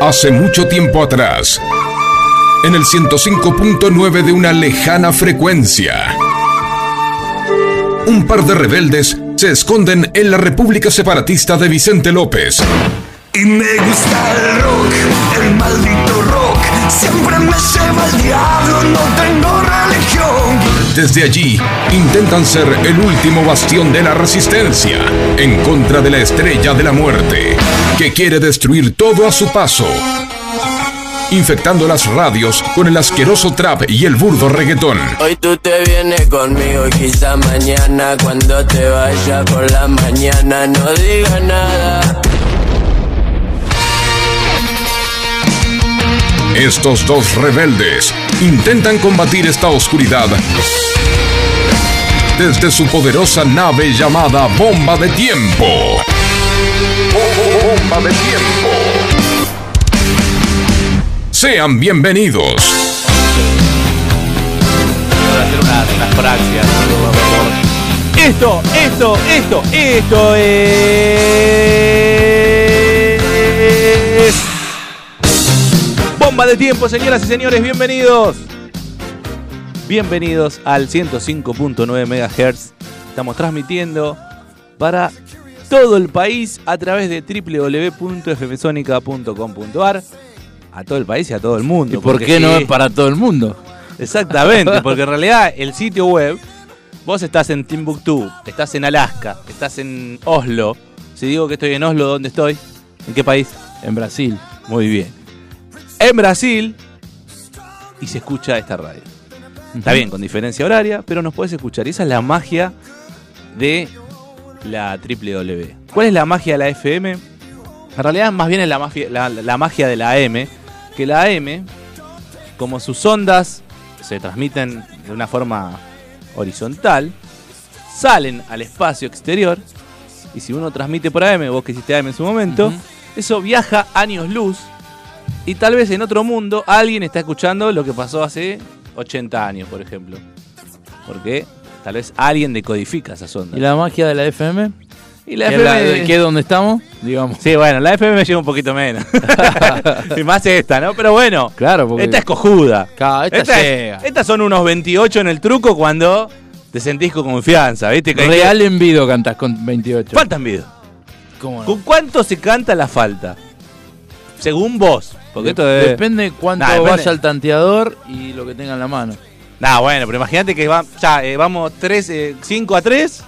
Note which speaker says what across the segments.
Speaker 1: Hace mucho tiempo atrás, en el 105.9 de una lejana frecuencia, un par de rebeldes se esconden en la República Separatista de Vicente López.
Speaker 2: Y me gusta el rock, el maldito rock. Siempre me lleva el diablo, no tengo religión.
Speaker 1: Desde allí, intentan ser el último bastión de la resistencia en contra de la estrella de la muerte, que quiere destruir todo a su paso, infectando las radios con el asqueroso trap y el burdo reggaetón.
Speaker 3: Hoy tú te vienes conmigo y quizá mañana cuando te vaya por la mañana no diga nada.
Speaker 1: Estos dos rebeldes intentan combatir esta oscuridad desde su poderosa nave llamada Bomba de Tiempo. Bomba de Tiempo. Sean bienvenidos.
Speaker 4: Para hacer unas, unas praxias, boludo, por favor.
Speaker 5: Esto, esto, esto, esto es. Bomba de tiempo, señoras y señores, bienvenidos. Bienvenidos al 105.9 MHz. Estamos transmitiendo para todo el país a través de www.fmsonica.com.ar. A todo el país y a todo el mundo.
Speaker 4: ¿Y por
Speaker 5: porque
Speaker 4: qué no
Speaker 5: sí.
Speaker 4: es para todo el mundo?
Speaker 5: Exactamente, porque en realidad el sitio web, vos estás en Timbuktu, estás en Alaska, estás en Oslo. Si digo que estoy en Oslo, ¿dónde estoy? ¿En qué país?
Speaker 4: En Brasil.
Speaker 5: Muy bien. En Brasil y se escucha esta radio. Está bien, con diferencia horaria, pero nos puedes escuchar. Y esa es la magia de la W. ¿Cuál es la magia de la FM? En realidad, más bien es la, mafia- la- la magia de la AM, que la AM, como sus ondas se transmiten de una forma horizontal, salen al espacio exterior, y si uno transmite por AM, vos que hiciste AM en su momento,
Speaker 4: Ujú.
Speaker 5: eso viaja años luz, y tal vez en otro mundo alguien está escuchando lo que pasó hace 80 años, por ejemplo. Porque tal vez alguien decodifica esas ondas.
Speaker 4: ¿Y la magia de la FM?
Speaker 5: Y la
Speaker 4: ¿Que
Speaker 5: FM
Speaker 4: la- que es donde estamos? Digamos.
Speaker 5: Sí, bueno, la FM me lleva un poquito menos. y más esta, ¿no? Pero bueno,
Speaker 4: Claro, porque.
Speaker 5: esta es cojuda.
Speaker 4: Claro, esta
Speaker 5: Esta es-
Speaker 4: llega.
Speaker 5: estas son unos 28 en el truco cuando te sentís con confianza, ¿viste? Que-
Speaker 4: Real envido cantás con 28.
Speaker 5: Faltan videos.
Speaker 4: ¿Cómo no?
Speaker 5: ¿Con cuánto se canta la falta? Según vos. Porque esto es.
Speaker 4: Depende cuánto
Speaker 5: Nah, depende.
Speaker 4: vaya al tanteador y lo que tenga en la mano.
Speaker 5: Nah, bueno, pero imagínate que va- ya, eh, vamos 5 a 3.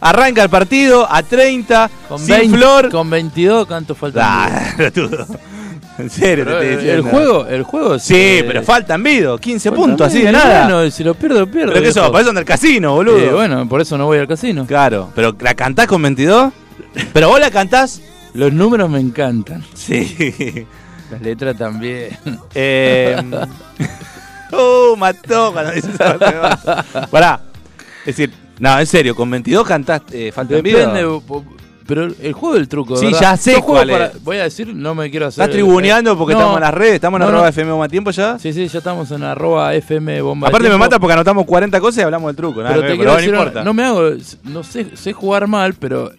Speaker 5: Arranca el partido a 30.
Speaker 4: Con,
Speaker 5: sin
Speaker 4: 20
Speaker 5: flor.
Speaker 4: con 22, ¿cuánto falta?
Speaker 5: Nah, pelotudo. En serio, te
Speaker 4: Pero,
Speaker 5: estoy
Speaker 4: eh, el,
Speaker 5: diciendo.
Speaker 4: juego, el juego
Speaker 5: Sí,
Speaker 4: eh,
Speaker 5: pero faltan vidos. 15
Speaker 4: falta
Speaker 5: puntos, así de
Speaker 4: menos,
Speaker 5: nada.
Speaker 4: Bueno, si lo pierdo, lo pierdo.
Speaker 5: pero que eso,
Speaker 4: viejo.
Speaker 5: para eso anda el casino, boludo.
Speaker 4: Eh, bueno, por eso no voy al casino.
Speaker 5: Claro, pero la cantás con 22. Pero vos la cantás.
Speaker 4: Los números me encantan.
Speaker 5: Sí.
Speaker 4: Las letras también.
Speaker 5: Eh, uh, mató cuando dice esa frase. Pará. Es decir, no, en serio, con 22 cantás eh, Falta en
Speaker 4: Depende.
Speaker 5: Vida.
Speaker 4: po- Pero el juego del truco,
Speaker 5: Sí,
Speaker 4: ¿verdad?
Speaker 5: ya sé
Speaker 4: Yo juego
Speaker 5: cuál es.
Speaker 4: Voy a decir, no me quiero hacer...
Speaker 5: Estás tribuneando porque
Speaker 4: eh, No,
Speaker 5: estamos en las redes, estamos en
Speaker 4: no,
Speaker 5: arroba
Speaker 4: no.
Speaker 5: FM Bomba Tiempo ya.
Speaker 4: Sí, sí, ya estamos en arroba FM Bomba de
Speaker 5: Aparte me
Speaker 4: Tiempo.
Speaker 5: mata porque anotamos 40 cosas y hablamos del truco. nada
Speaker 4: Pero
Speaker 5: que
Speaker 4: te
Speaker 5: ver,
Speaker 4: quiero
Speaker 5: pero
Speaker 4: decir,
Speaker 5: Ah, no
Speaker 4: una-
Speaker 5: importa.
Speaker 4: no me hago... No sé, sé jugar mal, pero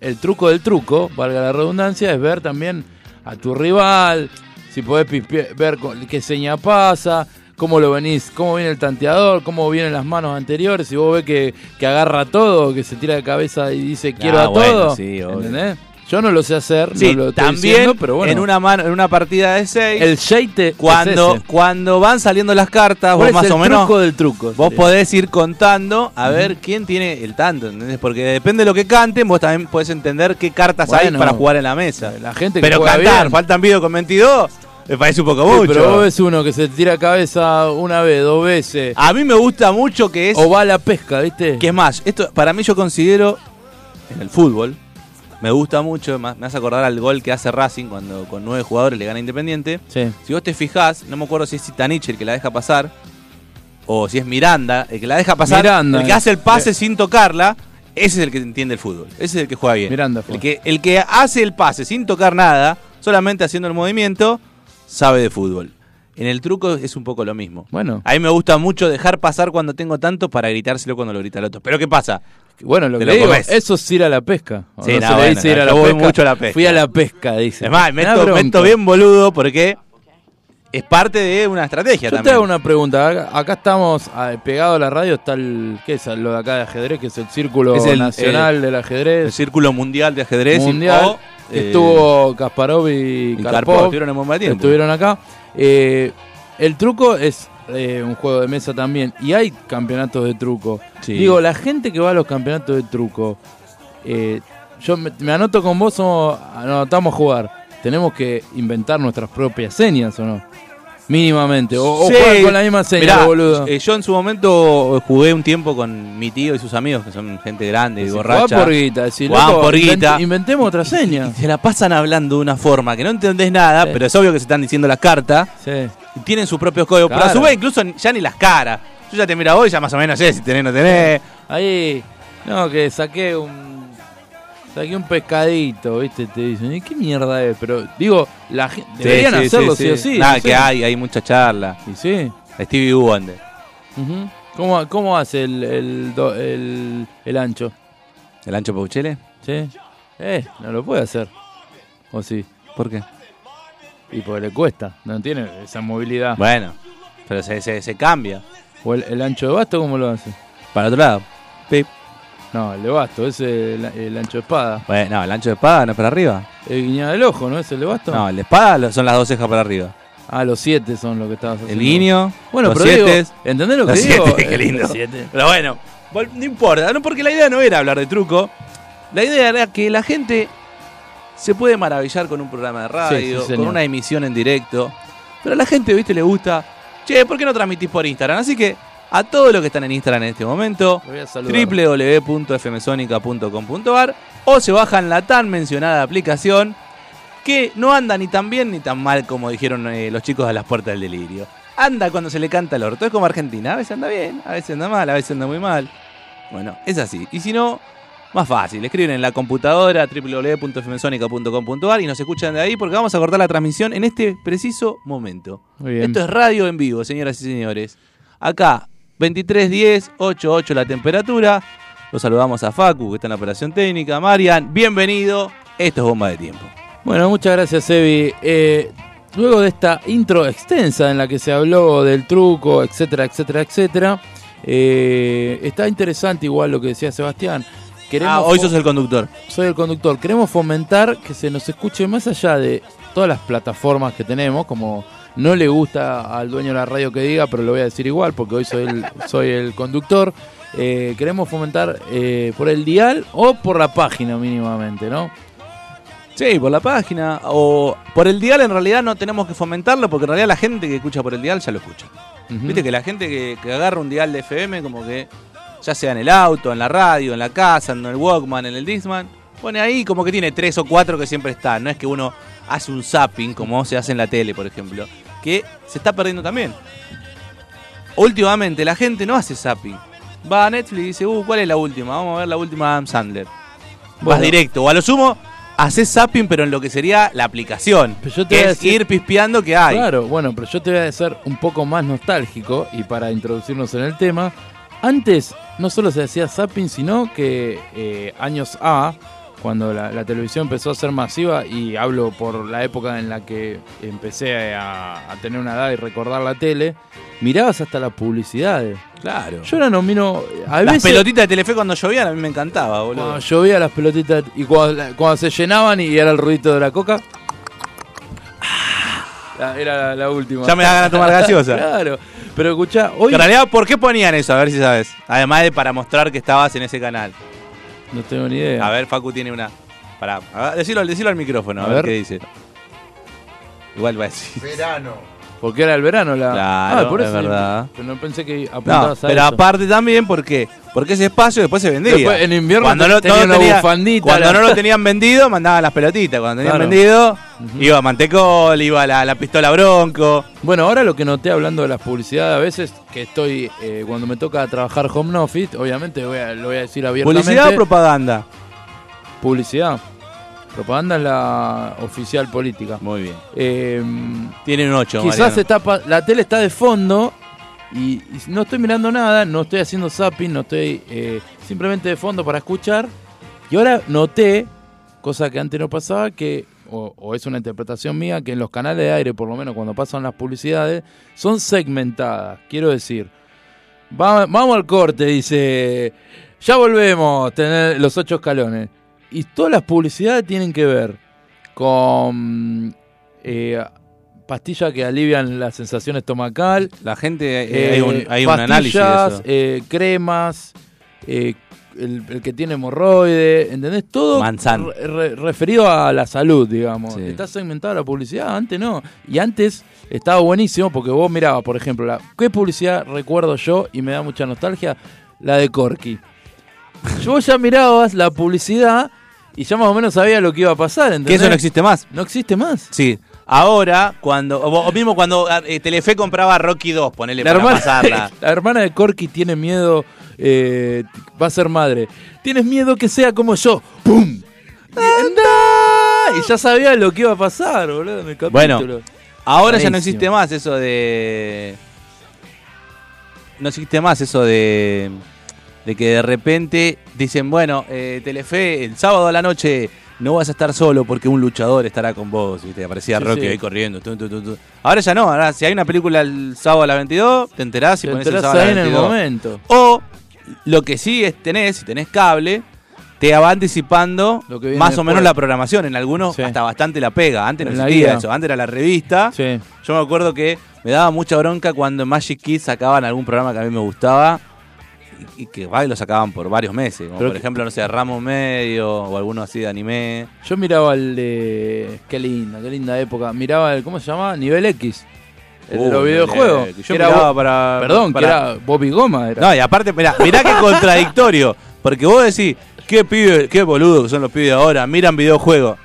Speaker 4: el truco del truco, valga la redundancia, es ver también a tu rival, si podés pispe- ver con- qué seña pasa... Cómo lo venís, cómo viene el tanteador, cómo vienen las manos anteriores, si vos ves que, que agarra todo, que se tira de cabeza y dice quiero
Speaker 5: Ah,
Speaker 4: a
Speaker 5: bueno,
Speaker 4: todo.
Speaker 5: sí, obvio.
Speaker 4: ¿entendés? Yo no lo sé hacer,
Speaker 5: Sí,
Speaker 4: no lo estoy
Speaker 5: también
Speaker 4: diciendo, pero bueno.
Speaker 5: en, una mano, en una partida de 6,
Speaker 4: El shite
Speaker 5: cuando, cuando van saliendo las cartas, vos más o menos
Speaker 4: truco del truco.
Speaker 5: Vos
Speaker 4: Sí.
Speaker 5: podés ir contando a ver quién tiene el tanto, ¿entendés? Porque depende de lo que canten, vos también podés entender qué cartas hay
Speaker 4: Bueno,
Speaker 5: para jugar en la mesa.
Speaker 4: la gente que
Speaker 5: Pero
Speaker 4: juega
Speaker 5: cantar,
Speaker 4: bien.
Speaker 5: faltan video con 22, me parece un poco
Speaker 4: Sí,
Speaker 5: mucho.
Speaker 4: pero vos ves uno que se tira cabeza una vez, dos veces,
Speaker 5: A mí me gusta mucho que Ah, es,
Speaker 4: o va a la pesca, ¿viste?
Speaker 5: que es más, esto para mí yo considero en el fútbol, me gusta mucho, me me hace acordar al gol que hace Racing cuando con nueve jugadores le gana Independiente.
Speaker 4: Sí.
Speaker 5: Si vos te fijás, no me acuerdo si es Zitanich el que la deja pasar, o si es Miranda el que la deja pasar,
Speaker 4: Miranda,
Speaker 5: el que
Speaker 4: eh.
Speaker 5: hace el pase sin tocarla, ese es el que entiende el fútbol, ese es el que juega bien.
Speaker 4: Miranda fue.
Speaker 5: el que, el que hace el pase sin tocar nada, solamente haciendo el movimiento, sabe de fútbol. En el truco es un poco lo mismo.
Speaker 4: Bueno.
Speaker 5: A mí me gusta mucho dejar pasar cuando tengo tanto para gritárselo cuando lo grita el otro. Pero ¿qué pasa?
Speaker 4: Bueno, lo
Speaker 5: Te
Speaker 4: que
Speaker 5: lo
Speaker 4: digo,
Speaker 5: comés.
Speaker 4: eso es ir a la pesca. ¿O
Speaker 5: Sí,
Speaker 4: no
Speaker 5: no,
Speaker 4: se le
Speaker 5: bueno,
Speaker 4: dice ir a la
Speaker 5: yo voy
Speaker 4: pesca?
Speaker 5: mucho a la pesca.
Speaker 4: Fui a la pesca, dice.
Speaker 5: Es más,
Speaker 4: Me
Speaker 5: me
Speaker 4: da
Speaker 5: meto,
Speaker 4: bronca.
Speaker 5: meto bien boludo porque es parte de una estrategia
Speaker 4: Yo te
Speaker 5: también.
Speaker 4: hago una pregunta. Acá- Acá estamos ah, pegado a la radio, está el. ¿Qué es lo de acá de ajedrez? Que es el Círculo
Speaker 5: Es el- eh,
Speaker 4: Nacional del
Speaker 5: El
Speaker 4: Ajedrez
Speaker 5: Círculo Mundial de Ajedrez. y-
Speaker 4: Mundial.
Speaker 5: o,
Speaker 4: que
Speaker 5: eh,
Speaker 4: estuvo Kasparov y,
Speaker 5: y
Speaker 4: Karpov.
Speaker 5: Karpov, estuvieron en bomba de tiempo.
Speaker 4: Estuvieron acá. Eh, el truco es eh, un juego de mesa también. Y hay campeonatos de truco.
Speaker 5: Sí.
Speaker 4: Digo, la gente que va a los campeonatos de truco. eh, yo me, me anoto con vos, somos- nos anotamos a jugar. Tenemos que inventar nuestras propias señas, ¿o no? Mínimamente. O, o
Speaker 5: Sí.
Speaker 4: juegan con la misma seña,
Speaker 5: Mirá,
Speaker 4: boludo.
Speaker 5: eh, yo en su momento jugué un tiempo con mi tío y sus amigos, que son gente grande y
Speaker 4: Si
Speaker 5: borracha.
Speaker 4: jugá por guita. decís,
Speaker 5: Jugá
Speaker 4: loco,
Speaker 5: por
Speaker 4: invent-
Speaker 5: guita.
Speaker 4: inventemos otra seña.
Speaker 5: Y se la pasan hablando de una forma que no entendés nada,
Speaker 4: Sí.
Speaker 5: pero es obvio que se están diciendo las cartas.
Speaker 4: Sí.
Speaker 5: Y tienen sus propios códigos. Pero a su
Speaker 4: Claro.
Speaker 5: vez incluso ni- ya ni las caras. Yo ya te miro a vos y ya más o menos sé si tenés o no tenés.
Speaker 4: Ahí, no, que saqué un. Saqué un pescadito, ¿viste? Te dicen, "¿Y ¿qué mierda es? Pero digo, la gente. Deberían
Speaker 5: Sí, sí,
Speaker 4: hacerlo sí, o sí.
Speaker 5: Nada,
Speaker 4: no
Speaker 5: que
Speaker 4: sé.
Speaker 5: hay, hay mucha charla.
Speaker 4: Y sí.
Speaker 5: Stevie Wonder.
Speaker 4: ujú. ¿Cómo, ¿Cómo hace el, el, do- el, el ancho?
Speaker 5: ¿El ancho Pauchele?
Speaker 4: ¿Sí? Eh, no lo puede hacer. ¿O sí?
Speaker 5: ¿Por qué?
Speaker 4: Y porque le cuesta, no tiene esa movilidad.
Speaker 5: Bueno, pero se, se, se cambia.
Speaker 4: ¿O el, el ancho de basto cómo lo hace?
Speaker 5: Para otro lado. Pip.
Speaker 4: No, el de basto, ese es el, el ancho de espada.
Speaker 5: Bueno, no, el ancho de espada no es para arriba.
Speaker 4: El guiñado del ojo, ¿no? ¿Es el de basto?
Speaker 5: No, el de espada lo- son las dos cejas para arriba.
Speaker 4: Ah, los siete son lo que estabas haciendo.
Speaker 5: El guiño,
Speaker 4: Bueno,
Speaker 5: los
Speaker 4: pero
Speaker 5: siete.
Speaker 4: digo, ¿entendés lo que
Speaker 5: Los
Speaker 4: digo?
Speaker 5: siete, qué
Speaker 4: Eh,
Speaker 5: lindo.
Speaker 4: los siete.
Speaker 5: Pero bueno, vol- no importa, no porque la idea no era hablar de truco. La idea era que la gente se puede maravillar con un programa de
Speaker 4: Sí, sí,
Speaker 5: radio, con
Speaker 4: señor.
Speaker 5: una emisión en directo. Pero a la gente, viste, le gusta. Che, ¿por qué no transmitís por Instagram? Así que a todos los que están en Instagram en este momento,
Speaker 4: Lo voy a saludar.
Speaker 5: www.fmsonica.com.ar o se bajan la tan mencionada aplicación que no anda ni tan bien ni tan mal como dijeron eh, los chicos a las puertas del delirio. Anda cuando se le canta el orto. Es como Argentina. A veces anda bien, a veces anda mal, a veces anda muy mal. Bueno, es así. Y si no, más fácil. Escriben en la computadora www.fmsonica.com.ar y nos escuchan de ahí porque vamos a cortar la transmisión en este preciso momento.
Speaker 4: Muy bien.
Speaker 5: Esto es radio en vivo, señoras y señores. Acá, 23.10, 8.8 la temperatura. Los saludamos a Facu, que está en la operación técnica. Marian, bienvenido. Esto es Bomba de Tiempo.
Speaker 4: Bueno, muchas gracias, Evi. Eh, luego de esta intro extensa en la que se habló del truco, etcétera, etcétera, etcétera, eh, está interesante igual lo que decía Sebastián. Queremos
Speaker 5: Ah, hoy
Speaker 4: fo-
Speaker 5: sos el conductor.
Speaker 4: soy el conductor. Queremos fomentar que se nos escuche más allá de todas las plataformas que tenemos, como no le gusta al dueño de la radio que diga, pero lo voy a decir igual porque hoy soy el, soy el conductor. Eh, queremos fomentar eh, por el dial o por la página mínimamente, ¿no?
Speaker 5: Sí, por la página. O por el dial en realidad no tenemos que fomentarlo porque en realidad la gente que escucha por el dial ya lo escucha.
Speaker 4: Ujú.
Speaker 5: Viste que la gente que, que agarra un dial de FM como que ya sea en el auto, en la radio, en la casa, en el Walkman, en el Discman, pone ahí como que tiene tres o cuatro que siempre están. No es que uno hace un zapping como se hace en la tele, por ejemplo, que se está perdiendo también. Últimamente la gente no hace zapping. Va a Netflix y dice, uh, ¿cuál es la última? Vamos a ver la última de Adam Sandler. Vas
Speaker 4: Bueno.
Speaker 5: directo. O a lo sumo, haces zapping, pero en lo que sería la aplicación.
Speaker 4: Pero yo te
Speaker 5: que
Speaker 4: voy a
Speaker 5: es
Speaker 4: decir-
Speaker 5: ir pispeando que hay.
Speaker 4: Claro, bueno, pero yo te voy a ser un poco más nostálgico y para introducirnos en el tema, antes no solo se hacía zapping, sino que eh, años A, cuando la, la televisión empezó a ser masiva, y hablo por la época en la que empecé a, a tener una edad y recordar la tele, mirabas hasta las publicidades.
Speaker 5: claro.
Speaker 4: Yo ahora no miro... A
Speaker 5: Las
Speaker 4: veces,
Speaker 5: pelotitas de Telefe cuando llovían a mí me encantaba, boludo.
Speaker 4: Cuando llovía las pelotitas y cuando, la- cuando se llenaban y era el ruidito de la coca... la- Era la, la última.
Speaker 5: Ah. ya me da ganas de tomar gaseosa.
Speaker 4: Claro, pero escuchá, hoy
Speaker 5: En realidad, ¿por qué ponían eso? A ver si sabes. Además de para mostrar que estabas en ese canal.
Speaker 4: no tengo ni idea.
Speaker 5: A ver, Facu tiene una. Pará, a ver, decilo, decilo al micrófono, a,
Speaker 4: A
Speaker 5: ver.
Speaker 4: ver.
Speaker 5: qué dice. Igual va a decir.
Speaker 4: Porque era el verano la. Ah,
Speaker 5: Claro,
Speaker 4: por
Speaker 5: es
Speaker 4: eso
Speaker 5: verdad.
Speaker 4: Pero no pensé que
Speaker 5: No,
Speaker 4: apuntabas a
Speaker 5: pero
Speaker 4: eso.
Speaker 5: aparte también, ¿por qué? Porque ese espacio después se vendía.
Speaker 4: Después, en invierno
Speaker 5: lo-
Speaker 4: tenía
Speaker 5: no
Speaker 4: una bufandita,
Speaker 5: Cuando
Speaker 4: la-
Speaker 5: no lo tenían vendido, mandaban las pelotitas. Cuando tenían
Speaker 4: Claro.
Speaker 5: vendido, iba a Mantecol, iba la, la pistola Bronco.
Speaker 4: Bueno, ahora lo que noté hablando de las publicidades, a veces que estoy, eh, cuando me toca trabajar home office, obviamente voy a- lo voy a decir abiertamente.
Speaker 5: Publicidad o propaganda.
Speaker 4: Publicidad. Propaganda es la oficial política.
Speaker 5: Muy bien.
Speaker 4: Eh,
Speaker 5: Tienen ocho,
Speaker 4: quizás
Speaker 5: Mariano.
Speaker 4: se tapa, la tele está de fondo y, y no estoy mirando nada, no estoy haciendo zapping, no estoy eh, simplemente de fondo para escuchar. Y ahora noté, cosa que antes no pasaba, que, o, o es una interpretación mía, que en los canales de aire, por lo menos cuando pasan las publicidades, son segmentadas. Quiero decir, va- vamos al corte, dice, ya volvemos, tener los ocho escalones. Y todas las publicidades tienen que ver con eh, pastillas que alivian la sensación estomacal,
Speaker 5: La gente, eh, hay un,
Speaker 4: eh,
Speaker 5: hay un análisis de
Speaker 4: pastillas,
Speaker 5: eso.
Speaker 4: eh, cremas, eh, el, el que tiene hemorroide, ¿entendés? Todo
Speaker 5: Manzana.
Speaker 4: re- re- referido a la salud, digamos.
Speaker 5: Sí.
Speaker 4: Está segmentada la publicidad, antes no. Y antes estaba buenísimo porque vos mirabas, por ejemplo, la, ¿qué publicidad recuerdo yo y me da mucha nostalgia? La de Corky. Yo ya mirabas la publicidad y ya más o menos sabía lo que iba a pasar,
Speaker 5: que
Speaker 4: ¿entendés?
Speaker 5: eso no existe más.
Speaker 4: No existe más.
Speaker 5: Sí. Ahora, cuando. O o mismo cuando eh, Telefe compraba Rocky 2, ponele para pasarla.
Speaker 4: la hermana de Corky tiene miedo, eh, va a ser madre. Tienes miedo que sea como yo. ¡Pum! Y, ¡Andá! Y ya sabía lo que iba a pasar, boludo, en el capítulo.
Speaker 5: Bueno, Ahora ya
Speaker 4: Buenísimo.
Speaker 5: no existe más eso de. No existe más eso de. De que de repente dicen, bueno, eh, Telefe, el sábado a la noche no vas a estar solo porque un luchador estará con vos. Y te aparecía
Speaker 4: Sí,
Speaker 5: Rocky
Speaker 4: sí.
Speaker 5: ahí corriendo. tun, tun, tun, tun. Ahora ya no, ahora si hay una película el sábado a las 22, te enterás y
Speaker 4: Te
Speaker 5: ponés el
Speaker 4: enterás
Speaker 5: sábado a
Speaker 4: ahí
Speaker 5: las
Speaker 4: en el
Speaker 5: 22.
Speaker 4: momento.
Speaker 5: O lo que sí es, tenés, si tenés cable, te va anticipando
Speaker 4: Lo que viene
Speaker 5: más o
Speaker 4: después.
Speaker 5: menos la programación. En algunos
Speaker 4: Sí.
Speaker 5: hasta bastante la pega. Antes no
Speaker 4: En la
Speaker 5: existía
Speaker 4: guía.
Speaker 5: eso. Antes era la revista.
Speaker 4: Sí.
Speaker 5: Yo me acuerdo que me daba mucha bronca cuando en Magic Kids sacaban algún programa que a mí me gustaba y, y que va, y lo sacaban por varios meses. Como
Speaker 4: Pero
Speaker 5: por
Speaker 4: que-
Speaker 5: ejemplo, no sé, Ramos Medio o alguno así de anime.
Speaker 4: Yo miraba el de. Qué linda, qué linda época. Miraba el. ¿Cómo se llama? Nivel X. El de
Speaker 5: Uh,
Speaker 4: los
Speaker 5: de-
Speaker 4: videojuegos.
Speaker 5: que
Speaker 4: Que
Speaker 5: Yo
Speaker 4: era
Speaker 5: miraba
Speaker 4: Bo-
Speaker 5: para.
Speaker 4: Perdón,
Speaker 5: para-
Speaker 4: que era Bobby Goma. Era.
Speaker 5: No, y aparte, mirá, mirá qué contradictorio. Porque vos decís, qué pibe, qué boludo que son los pibes de ahora, miran videojuegos.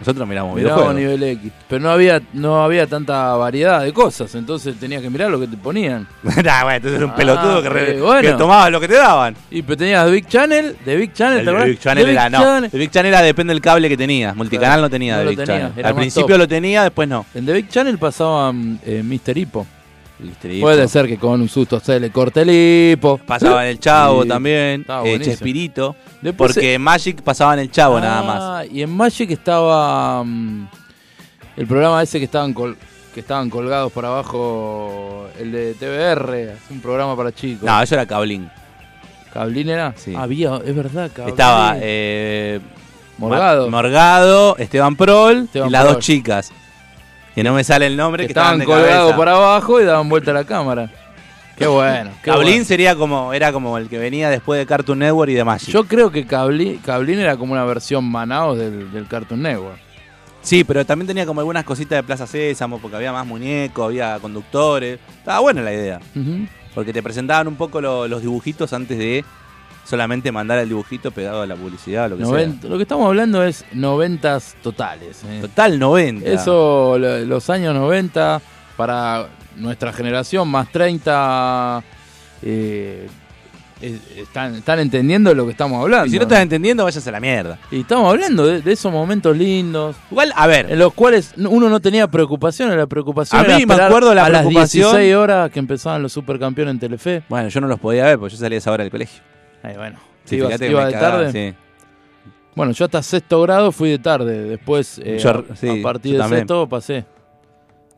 Speaker 5: Nosotros miramos
Speaker 4: Miraba
Speaker 5: videojuegos.
Speaker 4: nivel X. Pero no había, no había tanta variedad de cosas, entonces tenías que mirar lo que te ponían.
Speaker 5: nah, bueno, entonces era un
Speaker 4: Ah,
Speaker 5: pelotudo que, re-
Speaker 4: eh, bueno.
Speaker 5: que tomaba lo que te daban.
Speaker 4: Y pero tenías Big Channel, de Big Channel,
Speaker 5: El
Speaker 4: ¿te acordás?
Speaker 5: Big Channel
Speaker 4: The
Speaker 5: era,
Speaker 4: Big
Speaker 5: no.
Speaker 4: Channel.
Speaker 5: El Big Channel era depende del cable que tenía. Multicanal no tenía
Speaker 4: No
Speaker 5: de
Speaker 4: lo
Speaker 5: Big
Speaker 4: tenía,
Speaker 5: Channel.
Speaker 4: era
Speaker 5: Al
Speaker 4: más
Speaker 5: principio
Speaker 4: top.
Speaker 5: lo tenía, después no.
Speaker 4: En The Big Channel pasaban eh, Mr. Hippo.
Speaker 5: Listo.
Speaker 4: Puede ser que con un susto se le corte el hipo.
Speaker 5: Pasaban el Chavo
Speaker 4: Sí.
Speaker 5: también,
Speaker 4: Estaba
Speaker 5: eh,
Speaker 4: buenísimo.
Speaker 5: Chespirito.
Speaker 4: Después
Speaker 5: porque en Magic pasaban el Chavo nada más.
Speaker 4: Ah, Y en Magic estaba mm, el programa ese que estaban col- que estaban colgados para abajo, el de TBR, un programa para chicos.
Speaker 5: No, eso era Cablín.
Speaker 4: ¿Cablín era?
Speaker 5: Sí.
Speaker 4: Había, es verdad, Cablín.
Speaker 5: Estaba eh,
Speaker 4: Morgado.
Speaker 5: Ma- Morgado, Esteban Prol
Speaker 4: Esteban
Speaker 5: y las
Speaker 4: Prol.
Speaker 5: dos chicas. Que no me sale el nombre,
Speaker 4: que
Speaker 5: que,
Speaker 4: estaban
Speaker 5: de
Speaker 4: colgados
Speaker 5: cabeza.
Speaker 4: para abajo y daban vuelta a la cámara. Qué bueno. qué
Speaker 5: Cablín
Speaker 4: bueno.
Speaker 5: sería como, era como el que venía después de Cartoon Network y de Magic.
Speaker 4: Yo creo que Cablín, Cablín era como una versión Manaos del, del Cartoon Network.
Speaker 5: Sí, pero también tenía como algunas cositas de Plaza Sésamo, porque había más muñecos, había conductores. Estaba buena la idea. Porque te presentaban un poco lo- los dibujitos antes de solamente mandar el dibujito pegado a la publicidad o lo que
Speaker 4: Noventa- lo que estamos hablando es noventas totales. eh.
Speaker 5: sea. Total 90.
Speaker 4: Eso, lo- los años 90, para nuestra generación, más 30, eh, es- están, están entendiendo lo que estamos hablando.
Speaker 5: Y si no estás entendiendo, vayas a la mierda.
Speaker 4: Y estamos hablando de, de esos momentos lindos,
Speaker 5: Igual, a ver.
Speaker 4: en los cuales n- uno no tenía preocupaciones. La preocupación
Speaker 5: A
Speaker 4: era
Speaker 5: mí me
Speaker 4: esperar
Speaker 5: acuerdo la
Speaker 4: a las
Speaker 5: preocupación-
Speaker 4: 16 horas que empezaban los supercampeones en Telefe.
Speaker 5: Bueno, yo no los podía ver porque yo salía a esa hora del colegio.
Speaker 4: Ahí, bueno,
Speaker 5: Sí,
Speaker 4: ibas-
Speaker 5: fíjate que
Speaker 4: iba
Speaker 5: me
Speaker 4: de
Speaker 5: cagaba,
Speaker 4: tarde.
Speaker 5: sí.
Speaker 4: Bueno, yo hasta sexto grado fui de tarde. Después, eh,
Speaker 5: Yo-
Speaker 4: a-
Speaker 5: sí,
Speaker 4: a partir
Speaker 5: yo
Speaker 4: de
Speaker 5: también.
Speaker 4: sexto, pasé.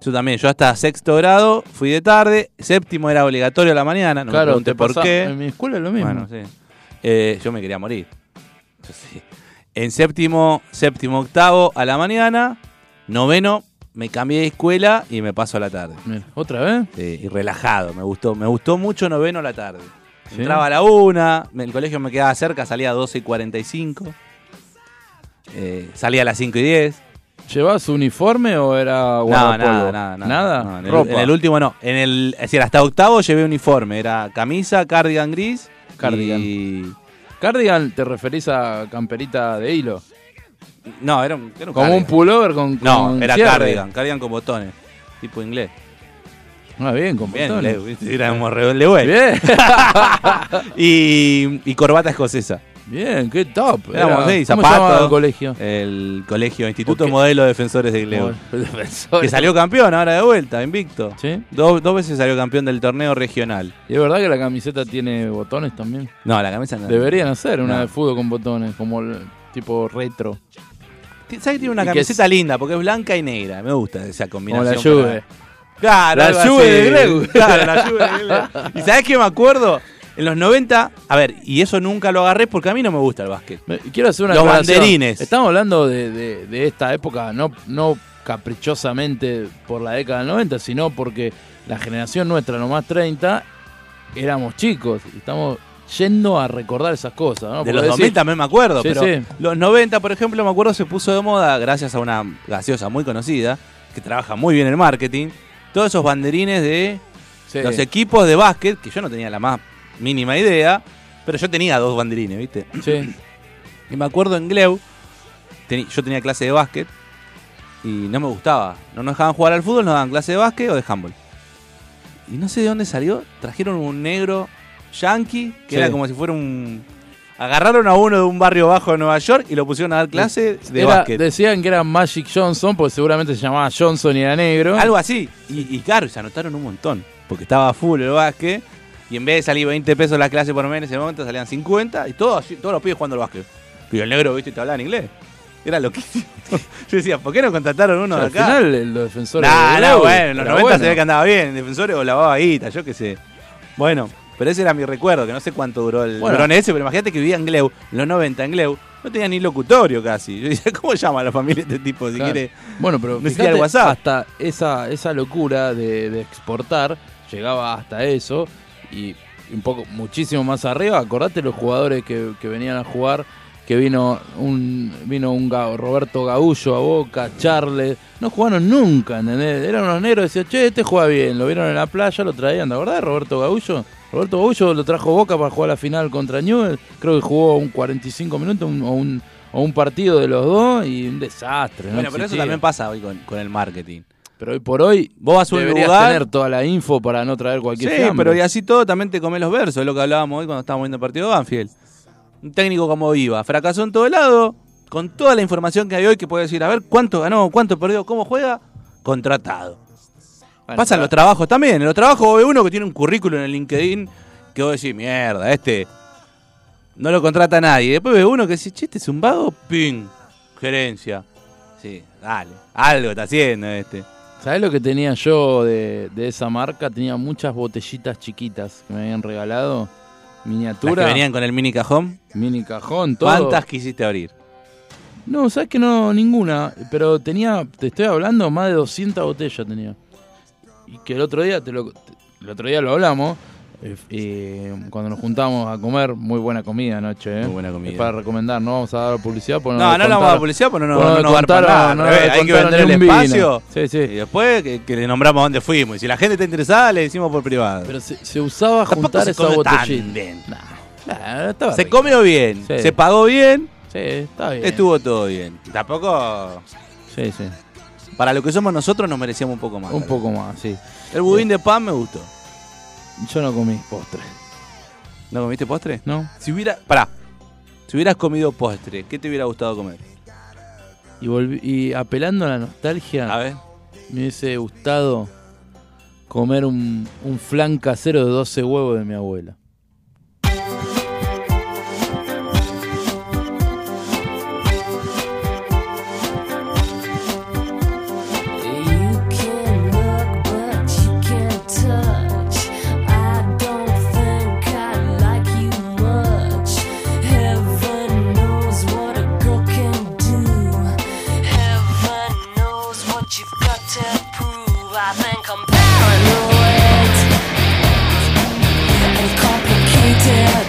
Speaker 5: Yo también, yo hasta sexto grado fui de tarde, séptimo era obligatorio a la mañana, no
Speaker 4: claro,
Speaker 5: me pregunté
Speaker 4: te
Speaker 5: por
Speaker 4: pasa- En
Speaker 5: qué.
Speaker 4: mi escuela es lo mismo.
Speaker 5: Bueno, sí. Eh, yo me quería morir. Yo sí. En séptimo, séptimo, octavo a la mañana, noveno me cambié de escuela y me paso a la tarde.
Speaker 4: Mira, ¿Otra vez?
Speaker 5: Sí, y relajado, me gustó, me gustó mucho noveno a la tarde.
Speaker 4: Sí.
Speaker 5: Entraba a la una, me- el colegio me quedaba cerca, salía a 12 y 45. Eh, salía a las 5 y 10.
Speaker 4: ¿Llevabas uniforme o era
Speaker 5: No,
Speaker 4: guardapolvo?
Speaker 5: nada, nada, nada.
Speaker 4: ¿Nada?
Speaker 5: No, en, el,
Speaker 4: Ropa.
Speaker 5: en el último no. En el, es decir, hasta octavo llevé uniforme. Era camisa, cardigan gris.
Speaker 4: Cardigan.
Speaker 5: y-
Speaker 4: Cardigan, ¿te referís a camperita de hilo?
Speaker 5: No, era un, era un
Speaker 4: Como un
Speaker 5: cardigan.
Speaker 4: pullover con,
Speaker 5: No,
Speaker 4: con
Speaker 5: era
Speaker 4: cierre.
Speaker 5: cardigan. Cardigan con botones. Tipo inglés.
Speaker 4: Ah, bien, con
Speaker 5: Bien,
Speaker 4: botones.
Speaker 5: le- éramos rebelde güey.
Speaker 4: Bien.
Speaker 5: Y, y corbata escocesa.
Speaker 4: Bien, qué top.
Speaker 5: Éramos Eh,
Speaker 4: Era-
Speaker 5: seis,
Speaker 4: ¿Cómo se
Speaker 5: Zapato,
Speaker 4: llamaba el colegio?
Speaker 5: El colegio, Instituto
Speaker 4: Porque-
Speaker 5: Modelo de Defensores de Gleu.
Speaker 4: Defensor.
Speaker 5: Que salió campeón ahora de vuelta, invicto.
Speaker 4: Sí.
Speaker 5: Do- dos veces salió campeón del torneo regional.
Speaker 4: Y es verdad que la camiseta tiene botones también.
Speaker 5: No, la camisa no.
Speaker 4: Deberían hacer una
Speaker 5: No.
Speaker 4: de fútbol con botones, como el tipo retro.
Speaker 5: T- ¿Sabes que tiene una
Speaker 4: Y que
Speaker 5: camiseta linda? Porque es blanca y negra. Me gusta esa
Speaker 4: Como
Speaker 5: combinación.
Speaker 4: la Juve.
Speaker 5: para- Claro,
Speaker 4: La
Speaker 5: algo así.
Speaker 4: Juve de Gleu.
Speaker 5: Claro, la Juve de Gleu. ¿Y sabes qué me acuerdo? En los 90, a ver, y eso nunca lo agarré porque a mí no me gusta el básquet.
Speaker 4: Me- Quiero hacer una
Speaker 5: Los
Speaker 4: aclaración.
Speaker 5: banderines.
Speaker 4: Estamos hablando de, de- de esta época, no, no caprichosamente por la década del 90, sino porque la generación nuestra, nomás 30, éramos chicos. y Estamos yendo a recordar esas cosas. ¿no?
Speaker 5: de
Speaker 4: Porque
Speaker 5: los
Speaker 4: decís,
Speaker 5: 2000 también me acuerdo,
Speaker 4: Sí,
Speaker 5: pero
Speaker 4: sí.
Speaker 5: los 90, por ejemplo, me acuerdo se puso de moda gracias a una gaseosa muy conocida que trabaja muy bien el marketing. Todos esos banderines de
Speaker 4: sí.
Speaker 5: los equipos de básquet, que yo no tenía la más mínima idea, pero yo tenía dos banderines, ¿viste?
Speaker 4: Sí.
Speaker 5: Y me acuerdo en Gleu, teni- yo tenía clase de básquet y no me gustaba. No nos dejaban jugar al fútbol, nos daban clase de básquet o de handball. Y no sé de dónde salió, trajeron un negro yankee, que
Speaker 4: Sí.
Speaker 5: era como si fuera un... Agarraron a uno de un barrio bajo de Nueva York y lo pusieron a dar clase de
Speaker 4: Era-
Speaker 5: básquet.
Speaker 4: decían que era Magic Johnson, porque seguramente se llamaba Johnson y era negro.
Speaker 5: Algo así. Y, y claro, se anotaron un montón, porque estaba full el básquet. Y en vez de salir 20 pesos la clase por mes en ese momento, salían 50 y todos, así- todos los pibes jugando al básquet. Y el negro, viste, te hablaba en inglés. Era loquísimo. Yo decía, ¿por qué no contrataron uno
Speaker 4: O sea,
Speaker 5: de
Speaker 4: al
Speaker 5: acá?
Speaker 4: final, el- los defensores.
Speaker 5: Nah,
Speaker 4: de
Speaker 5: nah,
Speaker 4: Grau
Speaker 5: bueno, en los 90
Speaker 4: era
Speaker 5: se
Speaker 4: bueno.
Speaker 5: ve que andaba bien, defensores o lavaba guita, yo qué sé. Bueno, pero ese era mi recuerdo, que no sé cuánto duró el
Speaker 4: Bueno.
Speaker 5: bronce ese, pero imagínate que vivía en Gleu, en los 90 en Gleu, no tenía ni locutorio casi. Yo decía, ¿cómo llama a la familia este tipo si
Speaker 4: Claro.
Speaker 5: quiere?
Speaker 4: Bueno, pero
Speaker 5: No existía
Speaker 4: fíjate,
Speaker 5: el WhatsApp.
Speaker 4: hasta esa, esa locura de, de exportar llegaba hasta eso y un poco muchísimo más arriba. Acordate los jugadores que, que venían a jugar, que vino un vino un Ga- Roberto Gaullo a Boca, Charles, no jugaron nunca, ¿entendés? Eran unos negros, decían, che, este juega bien, lo vieron en la playa, lo traían, ¿de verdad Roberto Gaullo? Roberto Gaullo lo trajo Boca para jugar la final contra Newell, creo que jugó un 45 minutos un- o un... o un partido de los dos y un desastre. no
Speaker 5: bueno, pero eso
Speaker 4: existía.
Speaker 5: también pasa hoy con, con el marketing.
Speaker 4: Pero hoy por hoy
Speaker 5: Vos vas a un
Speaker 4: deberías
Speaker 5: lugar-
Speaker 4: tener toda la info para no traer
Speaker 5: Sí,
Speaker 4: cualquier fiambre.
Speaker 5: pero y así todo también te comés los versos, es lo que hablábamos hoy cuando estábamos viendo el partido de Banfield. Un técnico como Viva, fracasó en todo lado, con toda la información que hay hoy que puede decir, a ver, cuánto ganó, cuánto perdió, cómo juega, contratado.
Speaker 4: Bueno,
Speaker 5: Pasan
Speaker 4: está-
Speaker 5: los trabajos también, en los trabajos ve uno que tiene un currículum en el LinkedIn que vos decís, mierda, este no lo contrata nadie. Después ve uno que dice, che, este es un vago, ping, gerencia. Sí, dale, algo está haciendo este.
Speaker 4: ¿Sabés lo que tenía yo de, de esa marca? Tenía muchas botellitas chiquitas que me habían regalado.
Speaker 5: Las
Speaker 4: Miniatura,
Speaker 5: que venían con el mini cajón,
Speaker 4: mini cajón, todo.
Speaker 5: ¿cuántas quisiste abrir?
Speaker 4: No, sabes que no, ninguna. Pero tenía, te estoy hablando, más de 200 botellas tenía. Y que el otro día, te lo, te- el otro día lo hablamos, eh, eh, cuando nos juntamos a comer, muy buena comida anoche. eh.
Speaker 5: Muy buena comida.
Speaker 4: Es para recomendar, no vamos a dar publicidad. porque
Speaker 5: No, no, le
Speaker 4: le
Speaker 5: vamos a
Speaker 4: contaron-
Speaker 5: la publicidad porque no, no,
Speaker 4: Bueno,
Speaker 5: no nos va a
Speaker 4: contaron-
Speaker 5: pagar.
Speaker 4: no
Speaker 5: Al revés,
Speaker 4: le
Speaker 5: hay que
Speaker 4: contaron
Speaker 5: vender
Speaker 4: ni
Speaker 5: el
Speaker 4: un vino.
Speaker 5: espacio
Speaker 4: Sí, sí.
Speaker 5: y después que, que le nombramos a dónde fuimos. Y si la gente está interesada, le decimos por privado.
Speaker 4: Pero se, se usaba
Speaker 5: Tampoco
Speaker 4: juntar
Speaker 5: se
Speaker 4: esa
Speaker 5: come tan
Speaker 4: botellita.
Speaker 5: bien.
Speaker 4: Nah, nah, no estaba
Speaker 5: se
Speaker 4: rico.
Speaker 5: comió bien,
Speaker 4: Sí.
Speaker 5: se pagó bien,
Speaker 4: Sí, está bien.
Speaker 5: estuvo todo bien. Tampoco,
Speaker 4: Sí, sí.
Speaker 5: para lo que somos nosotros, nos merecíamos un poco más.
Speaker 4: Un poco más, sí.
Speaker 5: El budín de pan me gustó.
Speaker 4: Yo no comí postre,
Speaker 5: ¿No comiste postre?
Speaker 4: ¿no?
Speaker 5: Si hubiera, pará, si hubieras comido postre, ¿qué te hubiera gustado comer?
Speaker 4: Y, volví- y apelando a la nostalgia,
Speaker 5: A ver,
Speaker 4: me hubiese gustado comer un, un flan casero de 12 huevos de mi abuela.
Speaker 6: You can look, but you can't touch. I don't think I like you much. Heaven knows what a girl can do. Heaven knows what you've got to prove. I think I'm paranoid and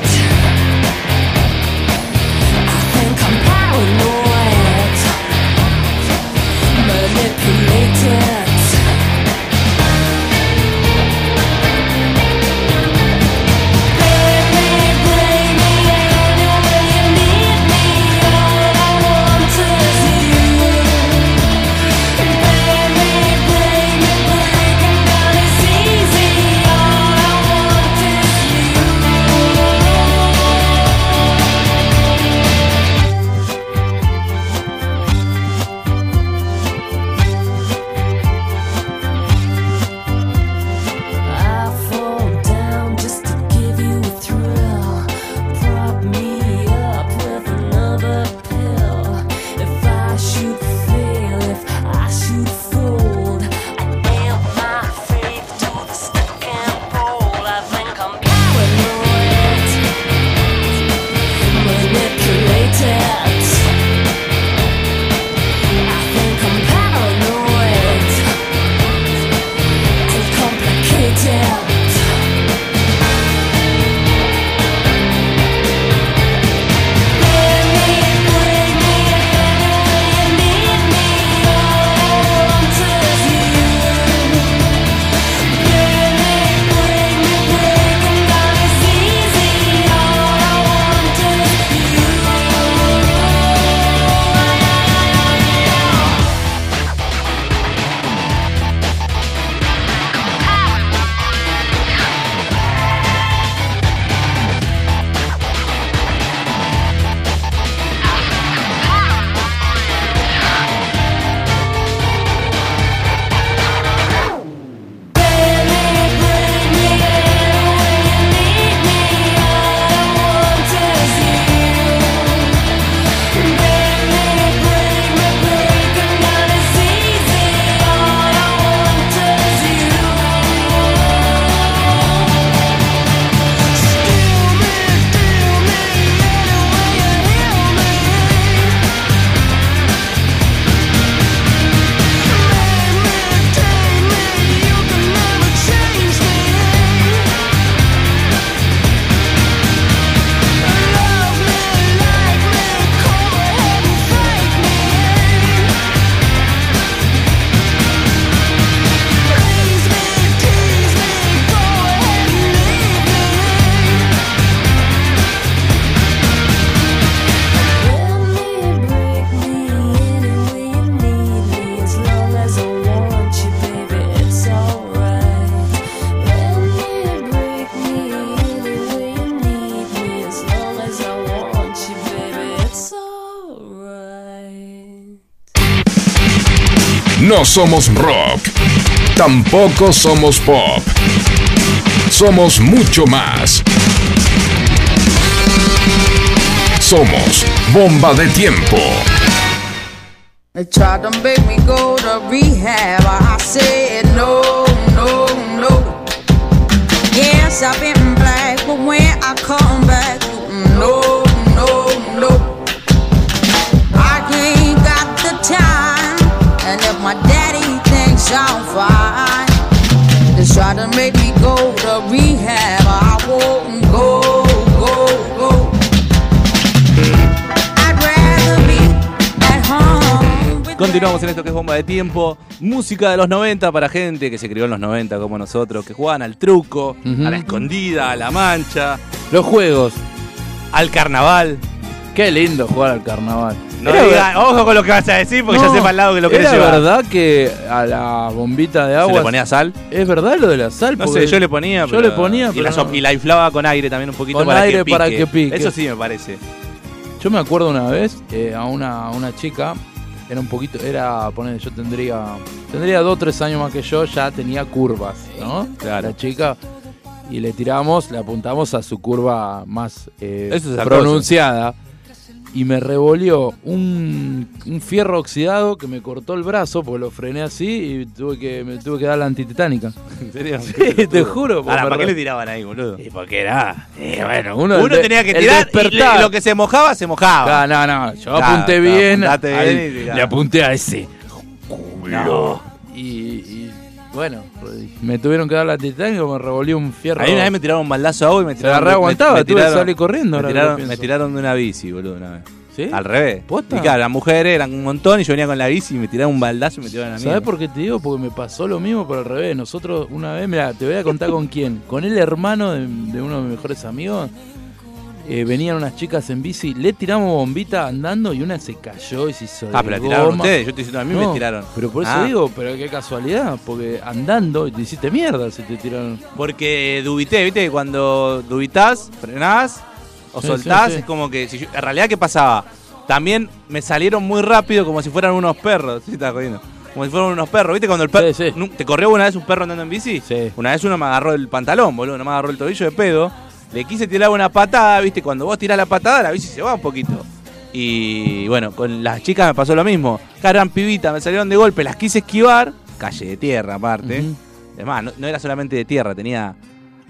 Speaker 1: No somos rock. Tampoco somos pop. Somos mucho más. Somos bomba de tiempo.
Speaker 7: They tried to make me go to rehab. I said no, no, no. Yes, I've been black, but when I come back, no, no, no. I ain't got the time, and if my daddy thinks I'm fine, they try to make me go to rehab. I won't go, go, go. I'd rather be at home. with
Speaker 5: Continuamos en esto que es bomba de tiempo. Música de los 90 para gente que se crió en los 90 como nosotros, que jugaban al truco, a la escondida, a la mancha,
Speaker 4: Los juegos.
Speaker 5: al carnaval.
Speaker 4: Qué lindo jugar al carnaval.
Speaker 5: No
Speaker 4: Era
Speaker 5: digan, ojo con lo que vas a decir porque ya
Speaker 4: No,
Speaker 5: sepa al lado que lo querés
Speaker 4: ¿Era
Speaker 5: llevar.
Speaker 4: verdad que a la bombita de
Speaker 5: ¿Se
Speaker 4: agua.
Speaker 5: le ponía sal?
Speaker 4: ¿Es verdad lo de la sal?
Speaker 5: No
Speaker 4: Porque
Speaker 5: sé, yo le ponía.
Speaker 4: Yo
Speaker 5: pero-
Speaker 4: le ponía,
Speaker 5: Y,
Speaker 4: pero
Speaker 5: la,
Speaker 4: no.
Speaker 5: so- y la inflaba con aire también un poquito
Speaker 4: Con
Speaker 5: para, que
Speaker 4: aire
Speaker 5: pique.
Speaker 4: para que pique.
Speaker 5: Eso sí me parece.
Speaker 4: Yo me acuerdo una vez eh, a una, a una chica, era un poquito, era, poner, yo tendría, tendría dos o tres años más que yo, ya tenía curvas, ¿no?
Speaker 5: Claro.
Speaker 4: La chica, y le tiramos, le apuntamos a su curva más eh,
Speaker 5: Eso es acoso.
Speaker 4: pronunciada, y me revolvió un, un fierro oxidado que me cortó el brazo, porque lo frené así y tuve que, me tuve que dar la antititánica.
Speaker 5: ¿En serio?
Speaker 4: te juro, por
Speaker 5: Ahora, ¿para
Speaker 4: verdad.
Speaker 5: qué le tiraban ahí, boludo?
Speaker 4: porque era? eh, bueno, uno,
Speaker 5: Uno,
Speaker 4: el de-
Speaker 5: tenía que
Speaker 4: el
Speaker 5: tirar y
Speaker 4: despertar.
Speaker 5: le- lo que se mojaba, se mojaba.
Speaker 4: Ah, no, no, yo
Speaker 5: Claro,
Speaker 4: apunté
Speaker 5: claro,
Speaker 4: bien.
Speaker 5: apuntaste
Speaker 4: al-
Speaker 5: bien y-
Speaker 4: le apunté a ese. No. Y, y, bueno, me tuvieron que dar la titánica, me revolvió un fierro.
Speaker 5: A mí una vez me tiraron un baldazo de agua y me tiraron.
Speaker 4: la
Speaker 5: me-
Speaker 4: reaguantaba,
Speaker 5: me
Speaker 4: tuve que salir corriendo, ahora
Speaker 5: Me
Speaker 4: que lo
Speaker 5: tiraron,
Speaker 4: pienso.
Speaker 5: me tiraron de una bici, boludo, una vez.
Speaker 4: ¿Sí?
Speaker 5: Al revés.
Speaker 4: ¿Posta?
Speaker 5: Y claro, las mujeres eran un montón y yo venía con la bici y me tiraron un baldazo y me tiraron a mí.
Speaker 4: ¿Sabes por qué te digo? Porque me pasó lo mismo, pero al revés. Nosotros una vez, mira, te voy a contar con quién. Con el hermano de, de uno de mis mejores amigos. eh, venían unas chicas en bici, le tiramos bombita andando y una se cayó y se hizo.
Speaker 5: Ah,
Speaker 4: de
Speaker 5: pero la tiraron
Speaker 4: goma.
Speaker 5: ustedes. Yo estoy diciendo, a mí
Speaker 4: No,
Speaker 5: me tiraron.
Speaker 4: Pero por eso
Speaker 5: Ah,
Speaker 4: digo, pero qué casualidad, porque andando te hiciste mierda si te tiraron.
Speaker 5: Porque dubité, ¿viste? Que Cuando dubitas, frenás o
Speaker 4: Sí,
Speaker 5: soltás,
Speaker 4: sí, sí.
Speaker 5: es como que. si yo- en realidad, ¿qué pasaba? También me salieron muy rápido como si fueran unos perros. Sí, estaba jodiendo. Como si fueran unos perros, ¿viste? Cuando el perro.
Speaker 4: Sí, sí.
Speaker 5: ¿Te corrió una vez un perro andando en bici?
Speaker 4: Sí.
Speaker 5: Una vez uno me agarró el pantalón, boludo. No me agarró el tobillo de pedo. Le quise tirar una patada, ¿viste? Cuando vos tirás la patada, la bici se va un poquito. Y bueno, con las chicas me pasó lo mismo. Claro, eran pibitas, me salieron de golpe, las quise esquivar. Calle de tierra, aparte.
Speaker 4: Ujú.
Speaker 5: Además, no, no era solamente de tierra, tenía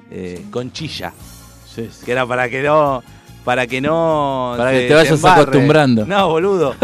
Speaker 5: eh, conchilla,
Speaker 4: Sí, sí.
Speaker 5: que era para que no. Para que no.
Speaker 4: Para que
Speaker 5: se-
Speaker 4: te vayas
Speaker 5: se embarre.
Speaker 4: acostumbrando.
Speaker 5: No, boludo.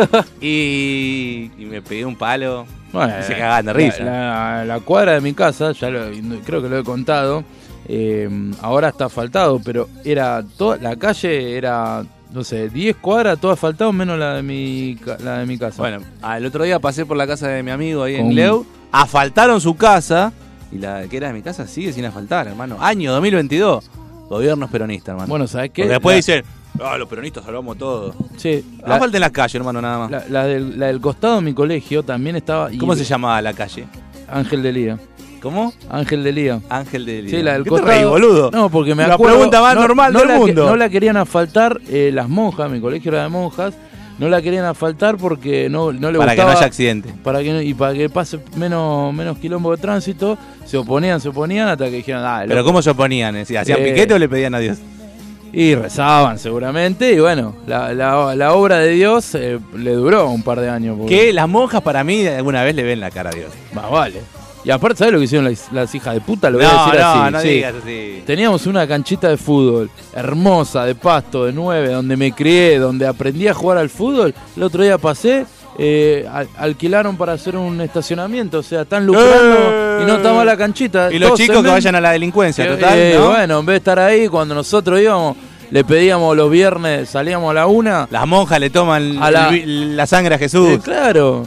Speaker 5: y, y me pegué un palo.
Speaker 4: Bueno,
Speaker 5: y se cagaban de risa.
Speaker 4: La, la- la cuadra de mi casa, ya lo- creo que lo he contado, eh, ahora está asfaltado, pero era toda la calle era, no sé, 10 cuadras, todo asfaltado, menos la de mi, ca- la de mi casa.
Speaker 5: Bueno, al otro día pasé por la casa de mi amigo ahí
Speaker 4: Con-
Speaker 5: en Leu. Asfaltaron su casa. Y la que era de mi casa sigue sin asfaltar, hermano. Año 2022. Gobiernos peronistas, hermano.
Speaker 4: bueno ¿sabes qué?
Speaker 5: Porque después
Speaker 4: La-
Speaker 5: dicen, ah, los peronistas salvamos todo.
Speaker 4: sí, la,
Speaker 5: Asfalten las calles, hermano, nada más.
Speaker 4: la- la del, la del costado de mi colegio también estaba. y-
Speaker 5: ¿Cómo se llamaba la calle?
Speaker 4: Ángel de Lía.
Speaker 5: ¿Cómo?
Speaker 4: Ángel de Lía.
Speaker 5: Ángel de
Speaker 4: Sí, la del
Speaker 5: ¿Qué te
Speaker 4: costado.
Speaker 5: reís, boludo?
Speaker 4: No, porque me
Speaker 5: La
Speaker 4: acuerdo.
Speaker 5: pregunta más
Speaker 4: no-
Speaker 5: normal
Speaker 4: no
Speaker 5: del
Speaker 4: la que-
Speaker 5: mundo.
Speaker 4: no la querían asfaltar eh, las monjas, mi colegio era de monjas. No la querían asfaltar porque no, no le
Speaker 5: Para que
Speaker 4: gustaba.
Speaker 5: no haya accidente.
Speaker 4: para que no- y para que pase menos, menos quilombo de tránsito, se oponían, se oponían hasta que dijeron, ah,
Speaker 5: Pero
Speaker 4: loco".
Speaker 5: ¿cómo se oponían? ¿Hacían
Speaker 4: Eh.
Speaker 5: piquete o le pedían a Dios?
Speaker 4: y rezaban seguramente, y bueno, la, la- la obra de Dios eh, le duró un par de años. porque-
Speaker 5: Que las monjas para mí alguna vez le ven la cara a Dios.
Speaker 4: Más vale. Y aparte, ¿sabes lo que hicieron las, las hijas de puta? Lo voy a
Speaker 5: no,
Speaker 4: decir
Speaker 5: no,
Speaker 4: así,
Speaker 5: no
Speaker 4: sí.
Speaker 5: digas así.
Speaker 4: Teníamos una canchita de fútbol hermosa, de pasto, de nueve, donde me crié, donde aprendí a jugar al fútbol. El otro día pasé, eh, al- alquilaron para hacer un estacionamiento, o sea, están lucrando
Speaker 5: ¡Eh!
Speaker 4: y no está mal la canchita.
Speaker 5: Y los
Speaker 4: Todo
Speaker 5: chicos que
Speaker 4: cemento.
Speaker 5: vayan a la delincuencia,
Speaker 4: Eh,
Speaker 5: total,
Speaker 4: eh,
Speaker 5: ¿no?
Speaker 4: Bueno, en vez de estar ahí, cuando nosotros íbamos, le pedíamos los viernes, salíamos a la una.
Speaker 5: Las monjas le toman
Speaker 4: A la-
Speaker 5: el vi- la sangre a Jesús.
Speaker 4: Eh, claro.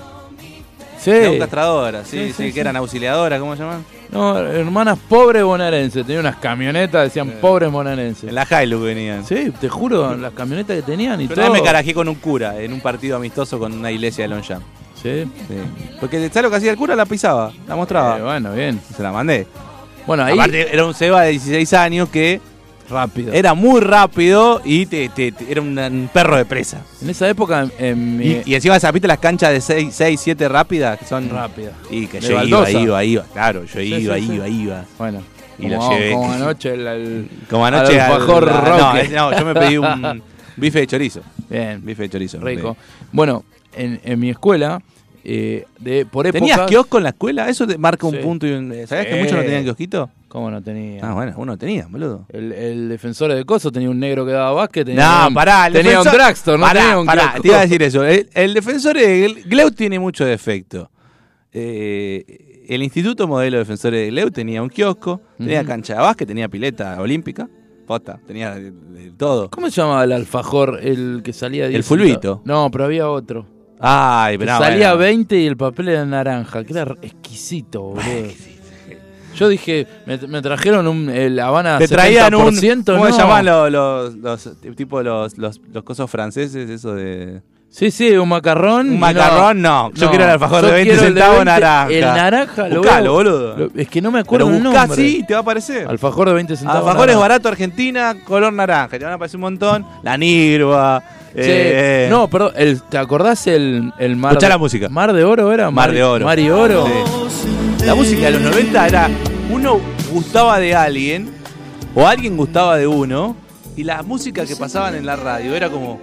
Speaker 4: Sí.
Speaker 5: Las castradoras, sí,
Speaker 4: Sí,
Speaker 5: sí,
Speaker 4: sí,
Speaker 5: que
Speaker 4: sí.
Speaker 5: eran auxiliadoras, ¿cómo se llaman?
Speaker 4: No, hermanas pobres bonaerenses. Tenía unas camionetas, decían pobres bonaerenses.
Speaker 5: En la Hilux venían.
Speaker 4: Sí, te juro, las camionetas que tenían y
Speaker 5: Yo una
Speaker 4: todo.
Speaker 5: vez me carajé con un cura en un partido amistoso con una iglesia de Longchamp.
Speaker 4: Sí.
Speaker 5: Sí. Porque ¿sabes lo que hacía el cura? La pisaba, la
Speaker 4: Eh,
Speaker 5: mostraba.
Speaker 4: bueno, bien.
Speaker 5: Se la mandé.
Speaker 4: Bueno, ahí.
Speaker 5: Aparte, era un Seba de 16 años que
Speaker 4: Rápido.
Speaker 5: Era muy rápido y te, te- te- era un, un perro de presa.
Speaker 4: En esa época, en, en mi.
Speaker 5: Y, y encima, ¿sabiste las canchas de 6, 7 rápidas? Que son
Speaker 4: Rápidas.
Speaker 5: Y que
Speaker 4: De
Speaker 5: yo
Speaker 4: baldosa.
Speaker 5: iba, iba, iba. Claro, yo iba,
Speaker 4: sí, sí.
Speaker 5: iba, iba.
Speaker 4: bueno.
Speaker 5: y lo
Speaker 4: como,
Speaker 5: llevé.
Speaker 4: como anoche el, el-
Speaker 5: Como anoche.
Speaker 4: al
Speaker 5: al-
Speaker 4: alfajor
Speaker 5: a- no,
Speaker 4: Roque.
Speaker 5: es- no, yo me pedí un bife de chorizo.
Speaker 4: Bien,
Speaker 5: Bife de chorizo. me
Speaker 4: rico. Bueno, en, en mi escuela, eh, de, por
Speaker 5: pedí.
Speaker 4: época.
Speaker 5: ¿Tenías kiosco en la escuela? Eso te marca un
Speaker 4: Sí.
Speaker 5: punto y un. eh, ¿Sabías
Speaker 4: Sí.
Speaker 5: que muchos no tenían kiosquito?
Speaker 4: ¿Cómo no tenía?
Speaker 5: Ah, bueno, uno tenía, boludo.
Speaker 4: El, el defensor de Coso tenía un negro que daba básquet. Tenía
Speaker 5: No,
Speaker 4: un,
Speaker 5: pará, el
Speaker 4: Tenía
Speaker 5: defensor-
Speaker 4: un dragstore, no
Speaker 5: pará,
Speaker 4: tenía un
Speaker 5: pará,
Speaker 4: kiosco.
Speaker 5: te iba a decir eso. El, el defensor, de Gleu tiene mucho defecto. Eh, el Instituto Modelo Defensores de Gleu tenía un kiosco, tenía cancha de básquet, tenía pileta olímpica, posta, tenía de- de todo.
Speaker 4: ¿Cómo se llamaba el alfajor, el que salía de
Speaker 5: El fulbito.
Speaker 4: No, pero había otro.
Speaker 5: Ay,
Speaker 4: Que
Speaker 5: pero no,
Speaker 4: salía
Speaker 5: bueno.
Speaker 4: 20 y el papel era naranja, que era exquisito, boludo. Yo dije, me, me trajeron un, el Habana
Speaker 5: Te traían un.
Speaker 4: 70%,
Speaker 5: ¿Cómo
Speaker 4: no.
Speaker 5: se llaman los, los, los- tipo los, los, los cosos franceses, eso de.
Speaker 4: Sí, sí, un macarrón.
Speaker 5: Un
Speaker 4: y
Speaker 5: macarrón, no. Yo quiero el alfajor
Speaker 4: Mm, yo
Speaker 5: de 20
Speaker 4: quiero el
Speaker 5: centavos naranja.
Speaker 4: El naranja, lo
Speaker 5: Buscalo,
Speaker 4: veo-
Speaker 5: boludo.
Speaker 4: lo- Es que no me acuerdo
Speaker 5: Pero
Speaker 4: el
Speaker 5: buscá
Speaker 4: nombre.
Speaker 5: así y te va a aparecer.
Speaker 4: Alfajor de 20 centavos.
Speaker 5: Alfajores
Speaker 4: naranja.
Speaker 5: Ah, barato Argentina, color naranja. Te van a aparecer un montón. La Nirva.
Speaker 4: Che,
Speaker 5: eh,
Speaker 4: No, perdón, el- ¿te acordás el, el mar?
Speaker 5: Escuchá
Speaker 4: de-
Speaker 5: la música.
Speaker 4: ¿Mar de oro era?
Speaker 5: Mar de Oro.
Speaker 4: Mar y oro.
Speaker 5: Sí. La música de los 90 era. Uno gustaba de alguien, o alguien gustaba de uno, y la música que pasaban en la radio era como.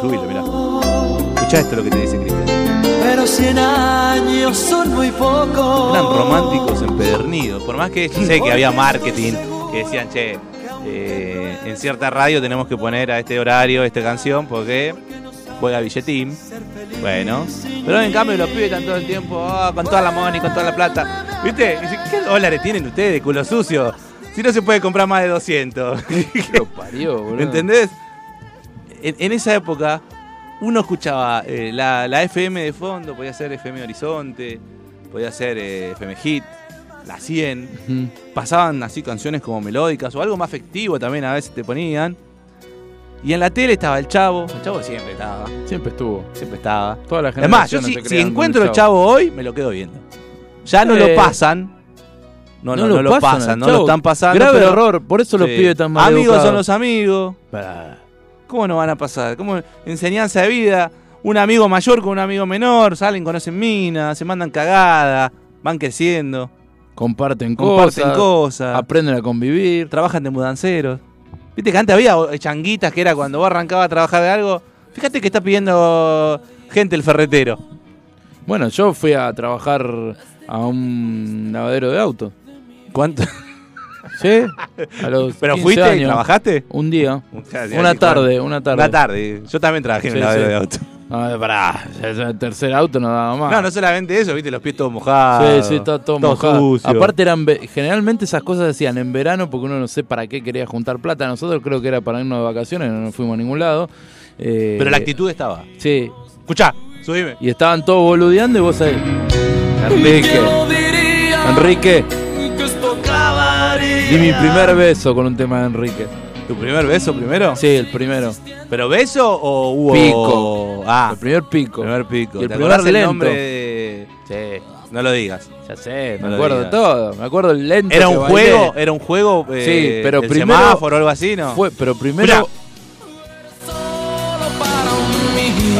Speaker 5: Subilo, mirá. Escuchá esto lo que te dice Cristian.
Speaker 8: Pero 100 años son muy pocos.
Speaker 5: eran románticos empedernidos. Por más que yo sé que había marketing, que decían, che, eh, en cierta radio tenemos que poner a este horario esta canción porque juega billetín. Bueno, pero en cambio los pibes están todo el tiempo ah, con toda la money, con toda la plata. ¿Viste? Y dice, ¿Qué dólares tienen ustedes, culo sucio? Si no se puede comprar más de 200.
Speaker 4: Lo parió, boludo.
Speaker 5: ¿Entendés? En, en esa época, uno escuchaba eh, la, la FM de fondo, podía ser FM Horizonte, podía ser eh, FM Hit, la 100.
Speaker 4: Mm.
Speaker 5: Pasaban así canciones como melódicas o algo más afectivo también a veces te ponían. Y en la tele estaba el chavo. El chavo siempre estaba.
Speaker 4: Siempre estuvo.
Speaker 5: Siempre estaba.
Speaker 4: Toda la
Speaker 5: Es más, yo
Speaker 4: generación
Speaker 5: si,
Speaker 4: se
Speaker 5: si
Speaker 4: crean
Speaker 5: encuentro
Speaker 4: con
Speaker 5: el
Speaker 4: el
Speaker 5: chavo hoy, me lo quedo viendo. Ya no
Speaker 4: Eh,
Speaker 5: lo pasan. No, no, no, lo pasan,
Speaker 4: al
Speaker 5: no lo
Speaker 4: chavo.
Speaker 5: están pasando.
Speaker 4: Grave
Speaker 5: pero-
Speaker 4: error, por eso los
Speaker 5: Sí.
Speaker 4: pibes tan mal
Speaker 5: Amigos son
Speaker 4: educados.
Speaker 5: los amigos. ¿Cómo no van a pasar? ¿Cómo enseñanza de vida? Un amigo mayor con un amigo menor, salen, conocen minas, se mandan cagada, van creciendo,
Speaker 4: Comparten cosas.
Speaker 5: comparten cosas,
Speaker 4: Aprenden a convivir.
Speaker 5: trabajan de mudanceros. Viste que antes había o- changuitas que era cuando vos arrancabas a trabajar de algo. Fíjate que está pidiendo gente el ferretero.
Speaker 4: Bueno, yo fui a trabajar a un lavadero de auto.
Speaker 5: ¿Cuánto?
Speaker 4: ¿Sí? A los
Speaker 5: ¿Pero
Speaker 4: 15
Speaker 5: fuiste y
Speaker 4: años.
Speaker 5: trabajaste?
Speaker 4: Un día.
Speaker 5: O sea, si
Speaker 4: Una
Speaker 5: hay que-
Speaker 4: tarde, una tarde.
Speaker 5: Una tarde. Yo también trabajé en
Speaker 4: Sí,
Speaker 5: un lavadero
Speaker 4: sí.
Speaker 5: de auto.
Speaker 4: Ah, pará, el tercer auto no daba más.
Speaker 5: No, no solamente eso, viste los pies todos mojados.
Speaker 4: Sí, sí, está todo, mojado.
Speaker 5: sucio.
Speaker 4: Aparte eran ve- generalmente esas cosas se hacían en verano porque uno no sé para qué quería juntar plata. Nosotros creo que era para irnos de vacaciones, no nos fuimos a ningún lado. Eh,
Speaker 5: Pero la actitud estaba.
Speaker 4: Sí.
Speaker 5: Escuchá, subime.
Speaker 4: Y estaban todos boludeando y vos ahí. Enrique. Enrique. Y mi primer beso con un tema de Enrique.
Speaker 5: ¿Tu primer beso primero?
Speaker 4: Sí, el primero.
Speaker 5: ¿Pero beso o hubo...?
Speaker 4: Pico.
Speaker 5: Ah,
Speaker 4: El primer pico.
Speaker 5: primer pico.
Speaker 4: Y el
Speaker 5: ¿Te
Speaker 4: primer
Speaker 5: acordás el
Speaker 4: lento.
Speaker 5: nombre de...?
Speaker 4: Sí,
Speaker 5: No lo digas.
Speaker 4: ya sé,
Speaker 5: No
Speaker 4: me
Speaker 5: lo
Speaker 4: acuerdo
Speaker 5: digas.
Speaker 4: todo. Me acuerdo el lento.
Speaker 5: ¿Era
Speaker 4: que
Speaker 5: un
Speaker 4: bailé.
Speaker 5: juego? ¿Era un juego? eh,
Speaker 4: Sí, pero
Speaker 5: el
Speaker 4: primero-
Speaker 5: semáforo o algo así, no?
Speaker 4: Fue, pero primero.
Speaker 5: Escuchá.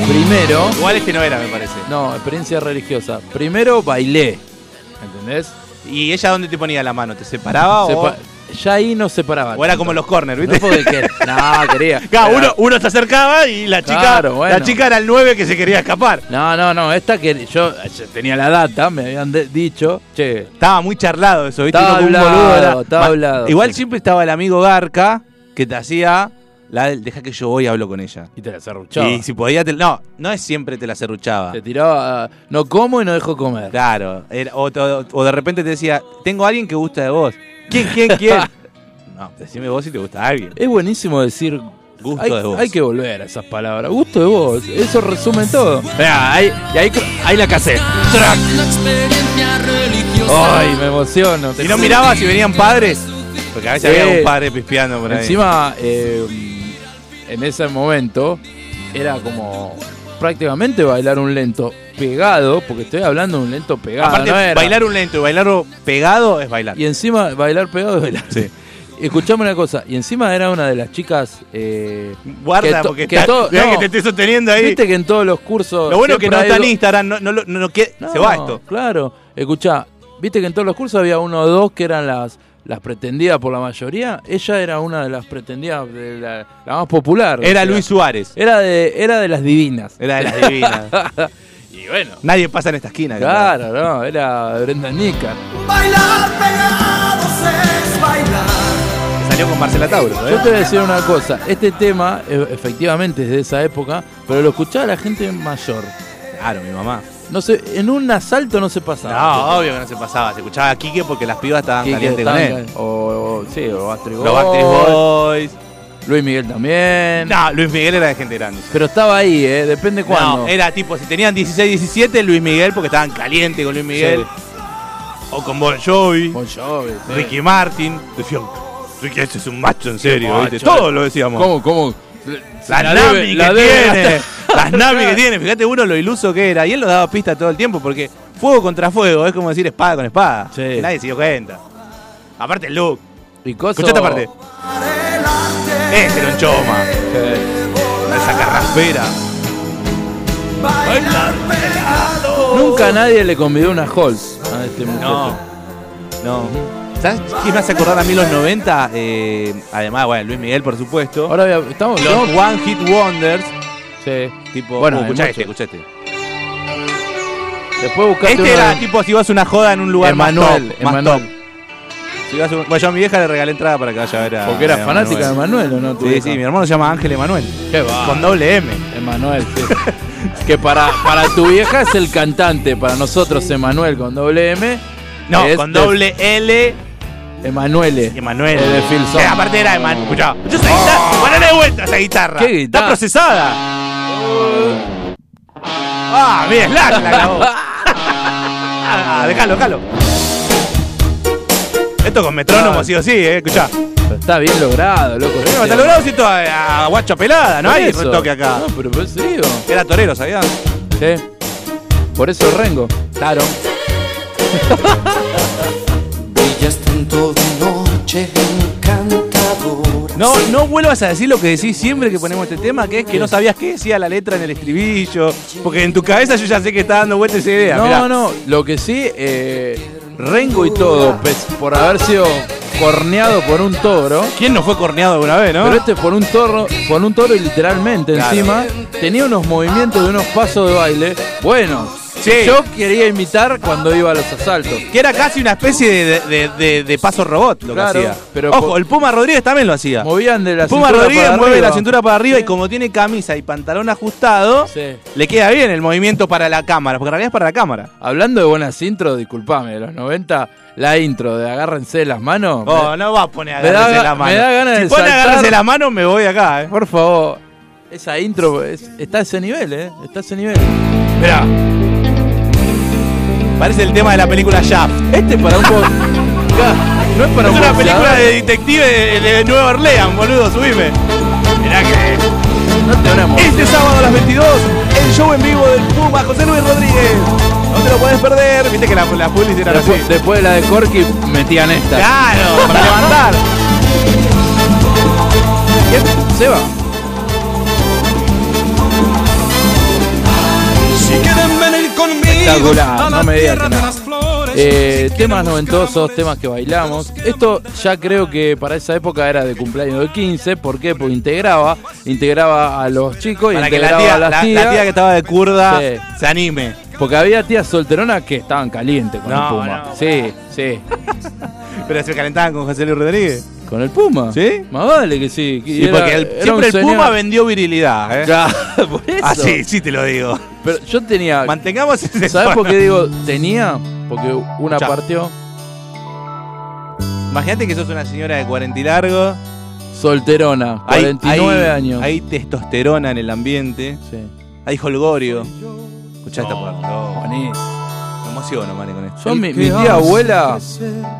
Speaker 4: Primero.
Speaker 5: Igual este no era, me parece.
Speaker 4: No, experiencia religiosa. Primero bailé. ¿Entendés?
Speaker 5: ¿Y ella dónde te ponía la mano? ¿Te separaba o...?
Speaker 4: Sepa- ya ahí nos separaban.
Speaker 5: Ah, o era como los corners,
Speaker 4: No
Speaker 5: ¿viste?
Speaker 4: porque que- no, quería.
Speaker 5: Claro,
Speaker 4: Era-
Speaker 5: uno, uno se acercaba y la chica,
Speaker 4: Claro, bueno.
Speaker 5: la chica era el 9 que se quería escapar.
Speaker 4: No, no, no. Esta que yo, yo tenía la data, me habían de- dicho. Che,
Speaker 5: Estaba muy charlado eso, ¿viste?
Speaker 4: Estaba
Speaker 5: Uno como un
Speaker 4: hablado,
Speaker 5: boludo era-
Speaker 4: estaba
Speaker 5: Ma-
Speaker 4: hablado,
Speaker 5: Igual
Speaker 4: sí.
Speaker 5: siempre estaba el amigo Garca que te hacía la del, deja que yo voy y hablo con ella.
Speaker 4: y te la cerruchaba.
Speaker 5: Y si podía, te- no, no es siempre te la serruchaba.
Speaker 4: Te tiraba, no como y no dejo comer.
Speaker 5: Claro, era- o, te- o de repente te decía, tengo a alguien que gusta de vos. ¿Quién, quién, quién? no, decime vos si te gusta alguien.
Speaker 4: Es buenísimo decir.
Speaker 5: Gusto
Speaker 4: hay,
Speaker 5: de vos.
Speaker 4: Hay que volver a esas palabras. Gusto de vos. Eso resume todo.
Speaker 5: y ahí, la casé.
Speaker 4: Ay, me emociono.
Speaker 5: Si no mirabas si venían padres, porque a veces
Speaker 4: Sí.
Speaker 5: había un padre pispeando por ahí.
Speaker 4: Encima, eh, en ese momento, era como prácticamente bailar un lento pegado, porque estoy hablando de un lento pegado.
Speaker 5: Aparte,
Speaker 4: no era.
Speaker 5: bailar un lento y bailar pegado es bailar.
Speaker 4: Y encima, bailar pegado es bailar.
Speaker 5: Sí.
Speaker 4: Escuchame una cosa, y encima era una de las chicas. eh,
Speaker 5: Guarda,
Speaker 4: que to-
Speaker 5: porque
Speaker 4: que
Speaker 5: está-
Speaker 4: todo-
Speaker 5: mirá
Speaker 4: no.
Speaker 5: que te estoy sosteniendo ahí.
Speaker 4: Viste que en todos los cursos.
Speaker 5: Lo bueno es que
Speaker 4: siempre
Speaker 5: no
Speaker 4: hay
Speaker 5: está en
Speaker 4: do-
Speaker 5: Instagram, no, no, lo- no lo que-
Speaker 4: No,
Speaker 5: se va esto.
Speaker 4: Claro, escuchá, viste que en todos los cursos había uno o dos que eran las, las pretendidas por la mayoría. Ella era una de las pretendidas, de la, la más popular. o
Speaker 5: Era
Speaker 4: sea,
Speaker 5: Luis Suárez.
Speaker 4: Era de, era de las divinas.
Speaker 5: Era de las divinas.
Speaker 4: Y bueno.
Speaker 5: Nadie pasa en esta esquina. capaz.
Speaker 4: Claro, no, era Brenda Nica.
Speaker 2: Bailar pegados es bailar.
Speaker 5: Salió con Marcela Tauro. ¿eh?
Speaker 4: Yo te voy a decir una cosa, este tema e- efectivamente es de esa época, pero lo escuchaba la gente mayor.
Speaker 5: Claro, mi mamá.
Speaker 4: No sé, en un asalto no se pasaba.
Speaker 5: No, obvio que no se pasaba. Se escuchaba a Quique porque las pibas estaban
Speaker 4: Quique
Speaker 5: calientes con
Speaker 4: Tanca,
Speaker 5: él.
Speaker 4: o, o- sí, o Backstreet
Speaker 5: Los Backstreet
Speaker 4: Boys,
Speaker 5: Boys.
Speaker 4: Luis Miguel también.
Speaker 5: No, Luis Miguel era de gente grande. ya.
Speaker 4: Pero estaba ahí, ¿eh? Depende cuándo.
Speaker 5: No, era tipo, si tenían 16, 17, Luis Miguel porque estaban calientes con Luis Miguel. O con Bon Jovi.
Speaker 4: Bon Jovi, sí.
Speaker 5: Ricky Martin. Decían, Ricky, ese es un macho en serio,
Speaker 4: macho,
Speaker 5: ¿viste?
Speaker 4: eh.
Speaker 5: Todos lo decíamos.
Speaker 4: ¿Cómo, cómo?
Speaker 5: Las
Speaker 4: La
Speaker 5: naves
Speaker 4: debe-
Speaker 5: que
Speaker 4: la debe
Speaker 5: tiene.
Speaker 4: gastar.
Speaker 5: Las naves que tiene. Fíjate uno lo iluso que era. Y él lo daba pista todo el tiempo porque fuego contra fuego es como decir espada con espada.
Speaker 4: Sí.
Speaker 5: Nadie se dio cuenta. Aparte el look.
Speaker 4: Y coso-
Speaker 5: Escuchá esta parte. Este era un choma. Esa carraspera.
Speaker 4: Nunca nadie le convidó una Halls a este muchacho.
Speaker 5: No. No. ¿Sabes qué me hace acordar a mí los 90? Eh, además, bueno, Luis Miguel, por supuesto.
Speaker 4: Ahora voy a- estamos.
Speaker 5: los
Speaker 4: estamos-
Speaker 5: One Hit Wonders.
Speaker 4: Sí.
Speaker 5: Tipo,
Speaker 4: Bueno,
Speaker 5: uh,
Speaker 4: hay
Speaker 5: escuchá este,
Speaker 4: mucho.
Speaker 5: escuchá este.
Speaker 4: Después buscaste
Speaker 5: Este
Speaker 4: uno
Speaker 5: era
Speaker 4: de-
Speaker 5: tipo si vas a una joda en un lugar
Speaker 4: Emanuel,
Speaker 5: más top. más
Speaker 4: Emanuel.
Speaker 5: top. Si vas a un- bueno, yo a mi vieja le regalé entrada para que vaya a ver a.
Speaker 4: Porque era
Speaker 5: a
Speaker 4: fanática de Manuel, ¿o no? tu
Speaker 5: Ah, Sí,
Speaker 4: vieja?
Speaker 5: sí, mi hermano se llama Ángel Emanuel.
Speaker 4: Qué va.
Speaker 5: Con doble M.
Speaker 4: Emanuel, sí. que para, para tu vieja es el cantante, para nosotros Emanuel con doble M.
Speaker 5: No,
Speaker 4: es
Speaker 5: con
Speaker 4: de-
Speaker 5: doble L
Speaker 4: Emanuele.
Speaker 5: Emanuel.
Speaker 4: El de Phil Song. Oh.
Speaker 5: Eh, aparte era Emanuel. Escuchá. Yo esa guitarra. Ponele de vuelta esa guitarra.
Speaker 4: ¿Qué guitarra?
Speaker 5: Está procesada. Ah, mira, Slack la grabó. Ah, dejalo, dejalo. Esto con metrónomo, sí o sí, eh. Escuchá.
Speaker 4: Pero Está bien logrado, loco.
Speaker 5: Pero Hasta logrado si esto a, a guacha pelada, no
Speaker 4: Por
Speaker 5: hay
Speaker 4: eso.
Speaker 5: retoque acá.
Speaker 4: No, pero por eso digo.
Speaker 5: Era torero, ¿sabías?
Speaker 4: Sí. Por eso Rengo. Claro.
Speaker 8: Brillaste en toda noche encantadora.
Speaker 5: No, no vuelvas a decir lo que decís siempre que ponemos este tema, que es que no sabías qué decía la letra en el estribillo. Porque en tu cabeza yo ya sé que está dando vuelta esa idea.
Speaker 4: No,
Speaker 5: mirá.
Speaker 4: no, Ah, lo que sí, eh, Rengo y todo, pes- por haber sido corneado por un toro,
Speaker 5: ¿Quién no fue corneado alguna vez, no?
Speaker 4: pero este por un toro, por un toro y literalmente
Speaker 5: Claro.
Speaker 4: encima, tenía unos movimientos de unos pasos de baile buenos.
Speaker 5: Sí.
Speaker 4: Yo quería imitar cuando iba a los asaltos.
Speaker 5: Que era casi una especie de, de- de- de paso robot lo
Speaker 4: Claro,
Speaker 5: que hacía.
Speaker 4: pero
Speaker 5: Ojo,
Speaker 4: po-
Speaker 5: el Puma Rodríguez también lo hacía.
Speaker 4: Movían de la
Speaker 5: Puma
Speaker 4: cintura
Speaker 5: Rodríguez
Speaker 4: para
Speaker 5: mueve
Speaker 4: arriba.
Speaker 5: la cintura para arriba y como tiene camisa y pantalón ajustado,
Speaker 4: Sí.
Speaker 5: le queda bien el movimiento para la cámara, porque en realidad es para la cámara.
Speaker 4: Hablando de buenas intros, disculpame, de los 90, la intro de agárrense las manos.
Speaker 5: Oh, no va a poner
Speaker 4: Me da
Speaker 5: agárrese
Speaker 4: ga-
Speaker 5: la mano.
Speaker 4: me da ganas
Speaker 5: si
Speaker 4: de
Speaker 5: pone
Speaker 4: saltar.
Speaker 5: agárrese la mano, me voy acá, eh.
Speaker 4: Por favor, esa intro es- está a ese nivel, ¿eh? Está a ese nivel.
Speaker 5: Mirá. Parece el tema de la película Shaft.
Speaker 4: Este para un po- Claro, No es para
Speaker 5: Es
Speaker 4: un
Speaker 5: una
Speaker 4: boxeador,
Speaker 5: película de detective de, de Nueva Orleans, boludo, subime. Mirá que.
Speaker 4: No te van a mover.
Speaker 5: Este sábado a las 22, el show en vivo del Puma José Luis Rodríguez. No te lo puedes perder. Viste que la, la publicidad era así.
Speaker 4: Después, después de la de Corky metían esta.
Speaker 5: Claro, para levantar.
Speaker 4: Seba.
Speaker 2: Si quieren venir conmigo
Speaker 4: Espectacular,
Speaker 2: a la
Speaker 4: no me digas
Speaker 2: tierra
Speaker 4: que
Speaker 2: de
Speaker 4: no.
Speaker 2: las flores.
Speaker 4: Eh, temas noventosos, temas que bailamos. Esto ya creo que para esa época era de cumpleaños de 15. ¿Por qué? Porque integraba, integraba a los chicos y
Speaker 5: Para que la
Speaker 4: integraba
Speaker 5: tía,
Speaker 4: a las
Speaker 5: la- la
Speaker 4: tías.
Speaker 5: tía que estaba de curda
Speaker 4: Sí.
Speaker 5: se anime.
Speaker 4: Porque había tías solteronas que estaban calientes con
Speaker 5: No,
Speaker 4: el Puma.
Speaker 5: no,
Speaker 4: sí, sí.
Speaker 5: Pero se calentaban con José Luis Rodríguez.
Speaker 4: ¿Con el Puma?
Speaker 5: ¿Sí?
Speaker 4: Más vale que sí. que
Speaker 5: Sí,
Speaker 4: era-
Speaker 5: porque el-
Speaker 4: era
Speaker 5: siempre el
Speaker 4: un
Speaker 5: Puma
Speaker 4: señor-
Speaker 5: vendió virilidad. ¿eh?
Speaker 4: Ya, por eso.
Speaker 5: Ah, sí, sí te lo digo.
Speaker 4: Pero yo tenía.
Speaker 5: Mantengamos ese
Speaker 4: ¿Sabes
Speaker 5: tono.
Speaker 4: por qué digo tenía? Porque una
Speaker 5: Escuchá.
Speaker 4: partió
Speaker 5: Imagínate que sos una señora de 40 y largo.
Speaker 4: solterona,
Speaker 5: Hay-
Speaker 4: 49
Speaker 5: hay-
Speaker 4: años.
Speaker 5: Hay testosterona en el ambiente.
Speaker 4: Sí.
Speaker 5: Hay holgorio. Escuchá esta parte.
Speaker 4: Buenísimo.
Speaker 5: Me emociono, Mane, con esto.
Speaker 4: Yo, mi, mi tía abuela,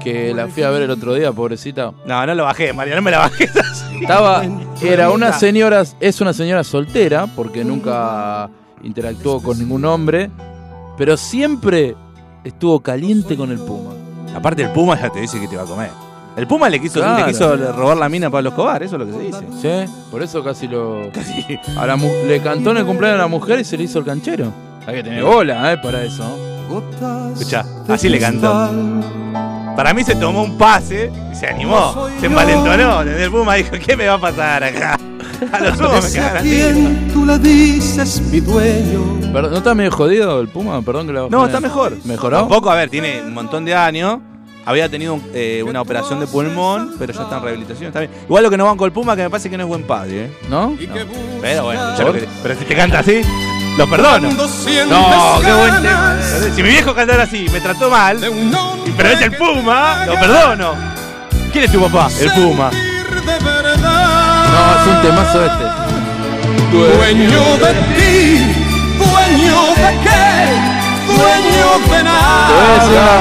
Speaker 4: que la fui a ver el otro día, pobrecita,
Speaker 5: No, no lo bajé, María, no me la bajé.
Speaker 4: estaba. Era una señora, es una señora soltera, porque nunca interactuó con ningún hombre, pero siempre estuvo caliente con el Puma.
Speaker 5: Aparte el Puma ya te dice que te va a comer. El Puma le quiso,
Speaker 4: Claro.
Speaker 5: le quiso robar la mina a Pablo Escobar, eso es lo que se dice.
Speaker 4: ¿Sí? Por eso casi lo. A la mu- le cantó en el cumpleaños a la mujer y se le hizo el canchero. Hay que tener bola, ¿eh? Para eso.
Speaker 5: Escuchá, así le cantó. Para mí se tomó un pase y se animó. Se envalentonó. El Puma dijo, ¿qué me va a pasar acá? A los sumo me
Speaker 8: Es a
Speaker 5: cagan a tiros.
Speaker 8: quien tú le dices mi dueño.
Speaker 4: Perdón, ¿No está medio jodido el Puma? Perdón que lo.
Speaker 5: No, está mejor.
Speaker 4: ¿Mejoró?
Speaker 5: Tampoco, a ver, tiene un montón de años. Había tenido eh, una operación de pulmón, pero ya está en rehabilitación. Está bien. Igual lo que no van con el Puma, que me parece que no es buen padre. ¿eh?
Speaker 4: ¿No?
Speaker 5: Pero bueno, escuchá lo que- pero si te canta así, lo perdono. No, qué buen tema. Si mi viejo cantara así, me trató mal, pero es el Puma, lo perdono. ¿Quién es tu papá? El Puma.
Speaker 4: No, es un temazo este.
Speaker 2: Dueño de ti, dueño de qué, dueño de
Speaker 4: Te voy a decir una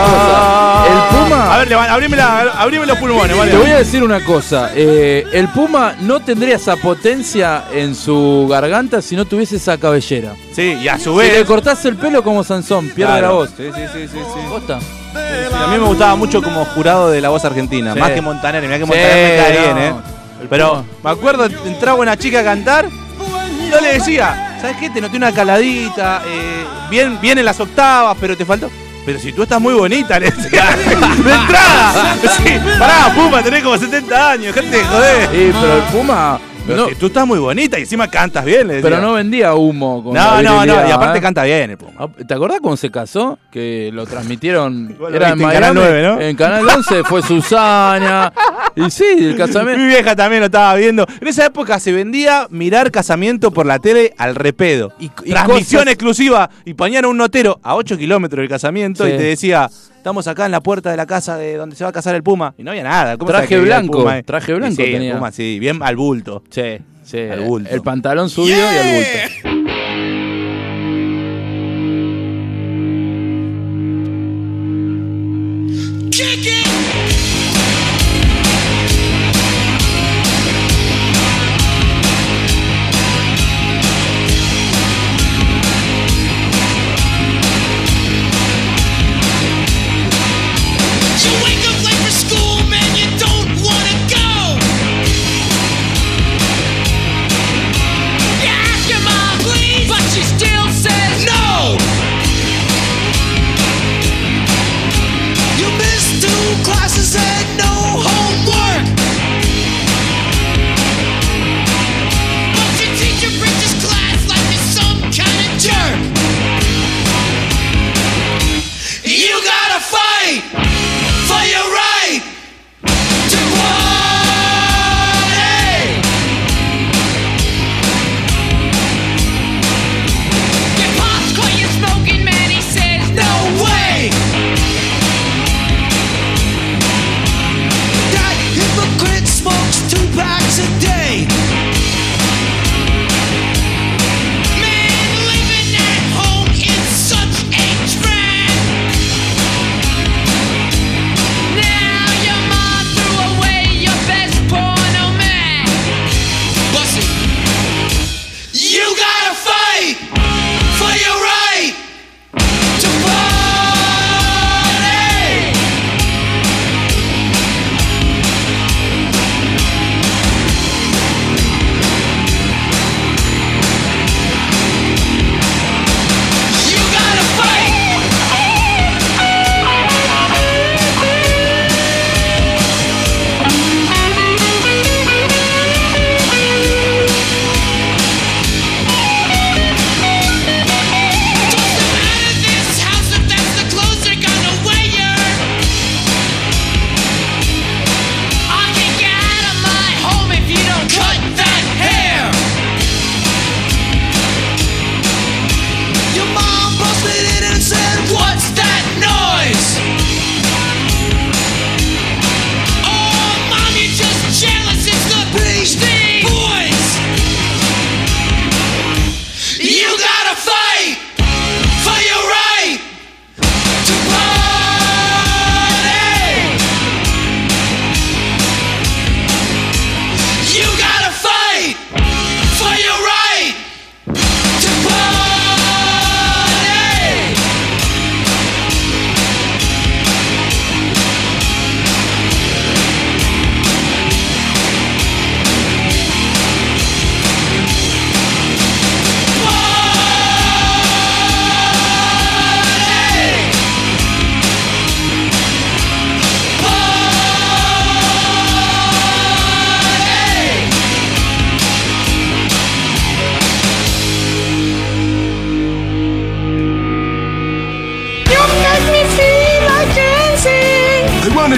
Speaker 4: cosa. El Puma.
Speaker 5: A ver, Levan, abrime, la- abrime los pulmones,
Speaker 4: Te voy
Speaker 5: vale.
Speaker 4: a decir una cosa, eh, el Puma no tendría esa potencia en su garganta si no tuviese esa cabellera.
Speaker 5: Sí, y a su
Speaker 4: Si le
Speaker 5: vez.
Speaker 4: cortás el pelo como Sansón, pierde
Speaker 5: Claro.
Speaker 4: la voz.
Speaker 5: Sí, sí, sí, sí, sí.
Speaker 4: Posta.
Speaker 5: A mí me gustaba mucho como jurado de la voz argentina,
Speaker 4: Sí.
Speaker 5: más que Montaner, mirá que
Speaker 4: Sí,
Speaker 5: Montaner me cae
Speaker 4: no.
Speaker 5: bien, ¿eh?
Speaker 4: El
Speaker 5: Pero
Speaker 4: Puma.
Speaker 5: me acuerdo, entraba una chica a cantar, yo le decía, ¿sabes qué? Te noté una caladita, eh, bien, bien en las octavas, pero te faltó. Pero si tú estás muy bonita, le decía. ¡De entrada! Sí, pará, Puma, tenés como 70 años, gente, joder.
Speaker 4: Sí, pero el Puma
Speaker 5: Pero
Speaker 4: no,
Speaker 5: si tú estás muy bonita y encima cantas bien, le decía.
Speaker 4: pero no vendía humo. Con
Speaker 5: no,
Speaker 4: la
Speaker 5: no, no,
Speaker 4: virilidad,
Speaker 5: y aparte
Speaker 4: ¿eh?
Speaker 5: canta bien el Puma.
Speaker 4: Ah, ¿Te acordás cuando se casó? Que lo transmitieron.
Speaker 5: Igual lo
Speaker 4: Era en,
Speaker 5: viste en Canal
Speaker 4: Miami,
Speaker 5: 9, ¿no?
Speaker 4: En Canal 11 fue Susana. Y sí, el
Speaker 5: Mi
Speaker 4: casamiento.
Speaker 5: vieja también lo estaba viendo. En esa época se vendía mirar casamiento por la tele al repedo.
Speaker 4: Y- y
Speaker 5: Transmisión
Speaker 4: cosas-
Speaker 5: exclusiva. Y ponían a un notero a 8 kilómetros del casamiento
Speaker 4: Sí.
Speaker 5: y te decía, estamos acá en la puerta de la casa de donde se va a casar el Puma. Y no había nada. ¿Cómo
Speaker 4: Traje
Speaker 5: sabes que vivía el
Speaker 4: blanco,
Speaker 5: Puma, eh?
Speaker 4: traje blanco
Speaker 5: Y sí, el
Speaker 4: tenía.
Speaker 5: Puma, sí, bien al bulto.
Speaker 4: Sí, sí.
Speaker 5: Al bulto.
Speaker 4: El pantalón subido y el bulto.
Speaker 9: Yeah, your mom.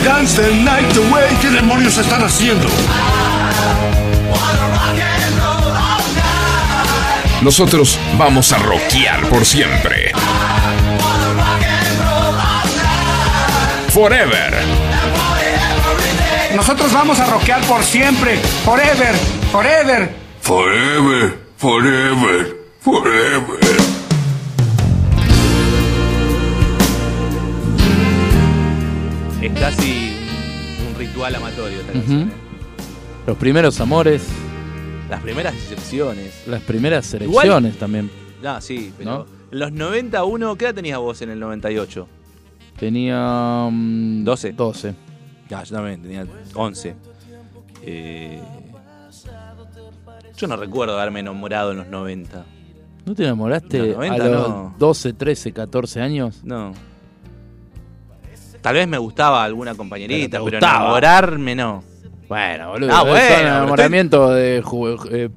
Speaker 2: dance the night away. ¿Qué demonios están haciendo?
Speaker 1: Nosotros vamos a rockear por siempre. Forever.
Speaker 2: Nosotros vamos a rockear por siempre. Forever, forever. Forever, forever, forever.
Speaker 5: Es casi un ritual amatorio esta
Speaker 4: Ujú.
Speaker 5: canción,
Speaker 4: Los primeros amores,
Speaker 5: ¿eh? Las primeras excepciones.
Speaker 4: las primeras selecciones también.
Speaker 5: Ah, sí, pero.
Speaker 4: ¿No?
Speaker 5: En los 91, ¿qué edad tenías vos en el 98?
Speaker 4: Tenía. mm,
Speaker 5: 12.
Speaker 4: 12.
Speaker 5: Ah, yo también tenía 11. Eh, yo no recuerdo haberme enamorado en los 90.
Speaker 4: ¿No te enamoraste
Speaker 5: No, 90
Speaker 4: a los
Speaker 5: no. Ah,
Speaker 4: 12, 13, 14 años?
Speaker 5: No. Tal vez me gustaba alguna compañerita,
Speaker 4: Pero te
Speaker 5: pero,
Speaker 4: gustaba.
Speaker 5: enamorarme no.
Speaker 4: Bueno, boludo.
Speaker 5: Ah,
Speaker 4: eso
Speaker 5: bueno,
Speaker 4: es un
Speaker 5: pero
Speaker 4: enamoramiento de, juve- eh,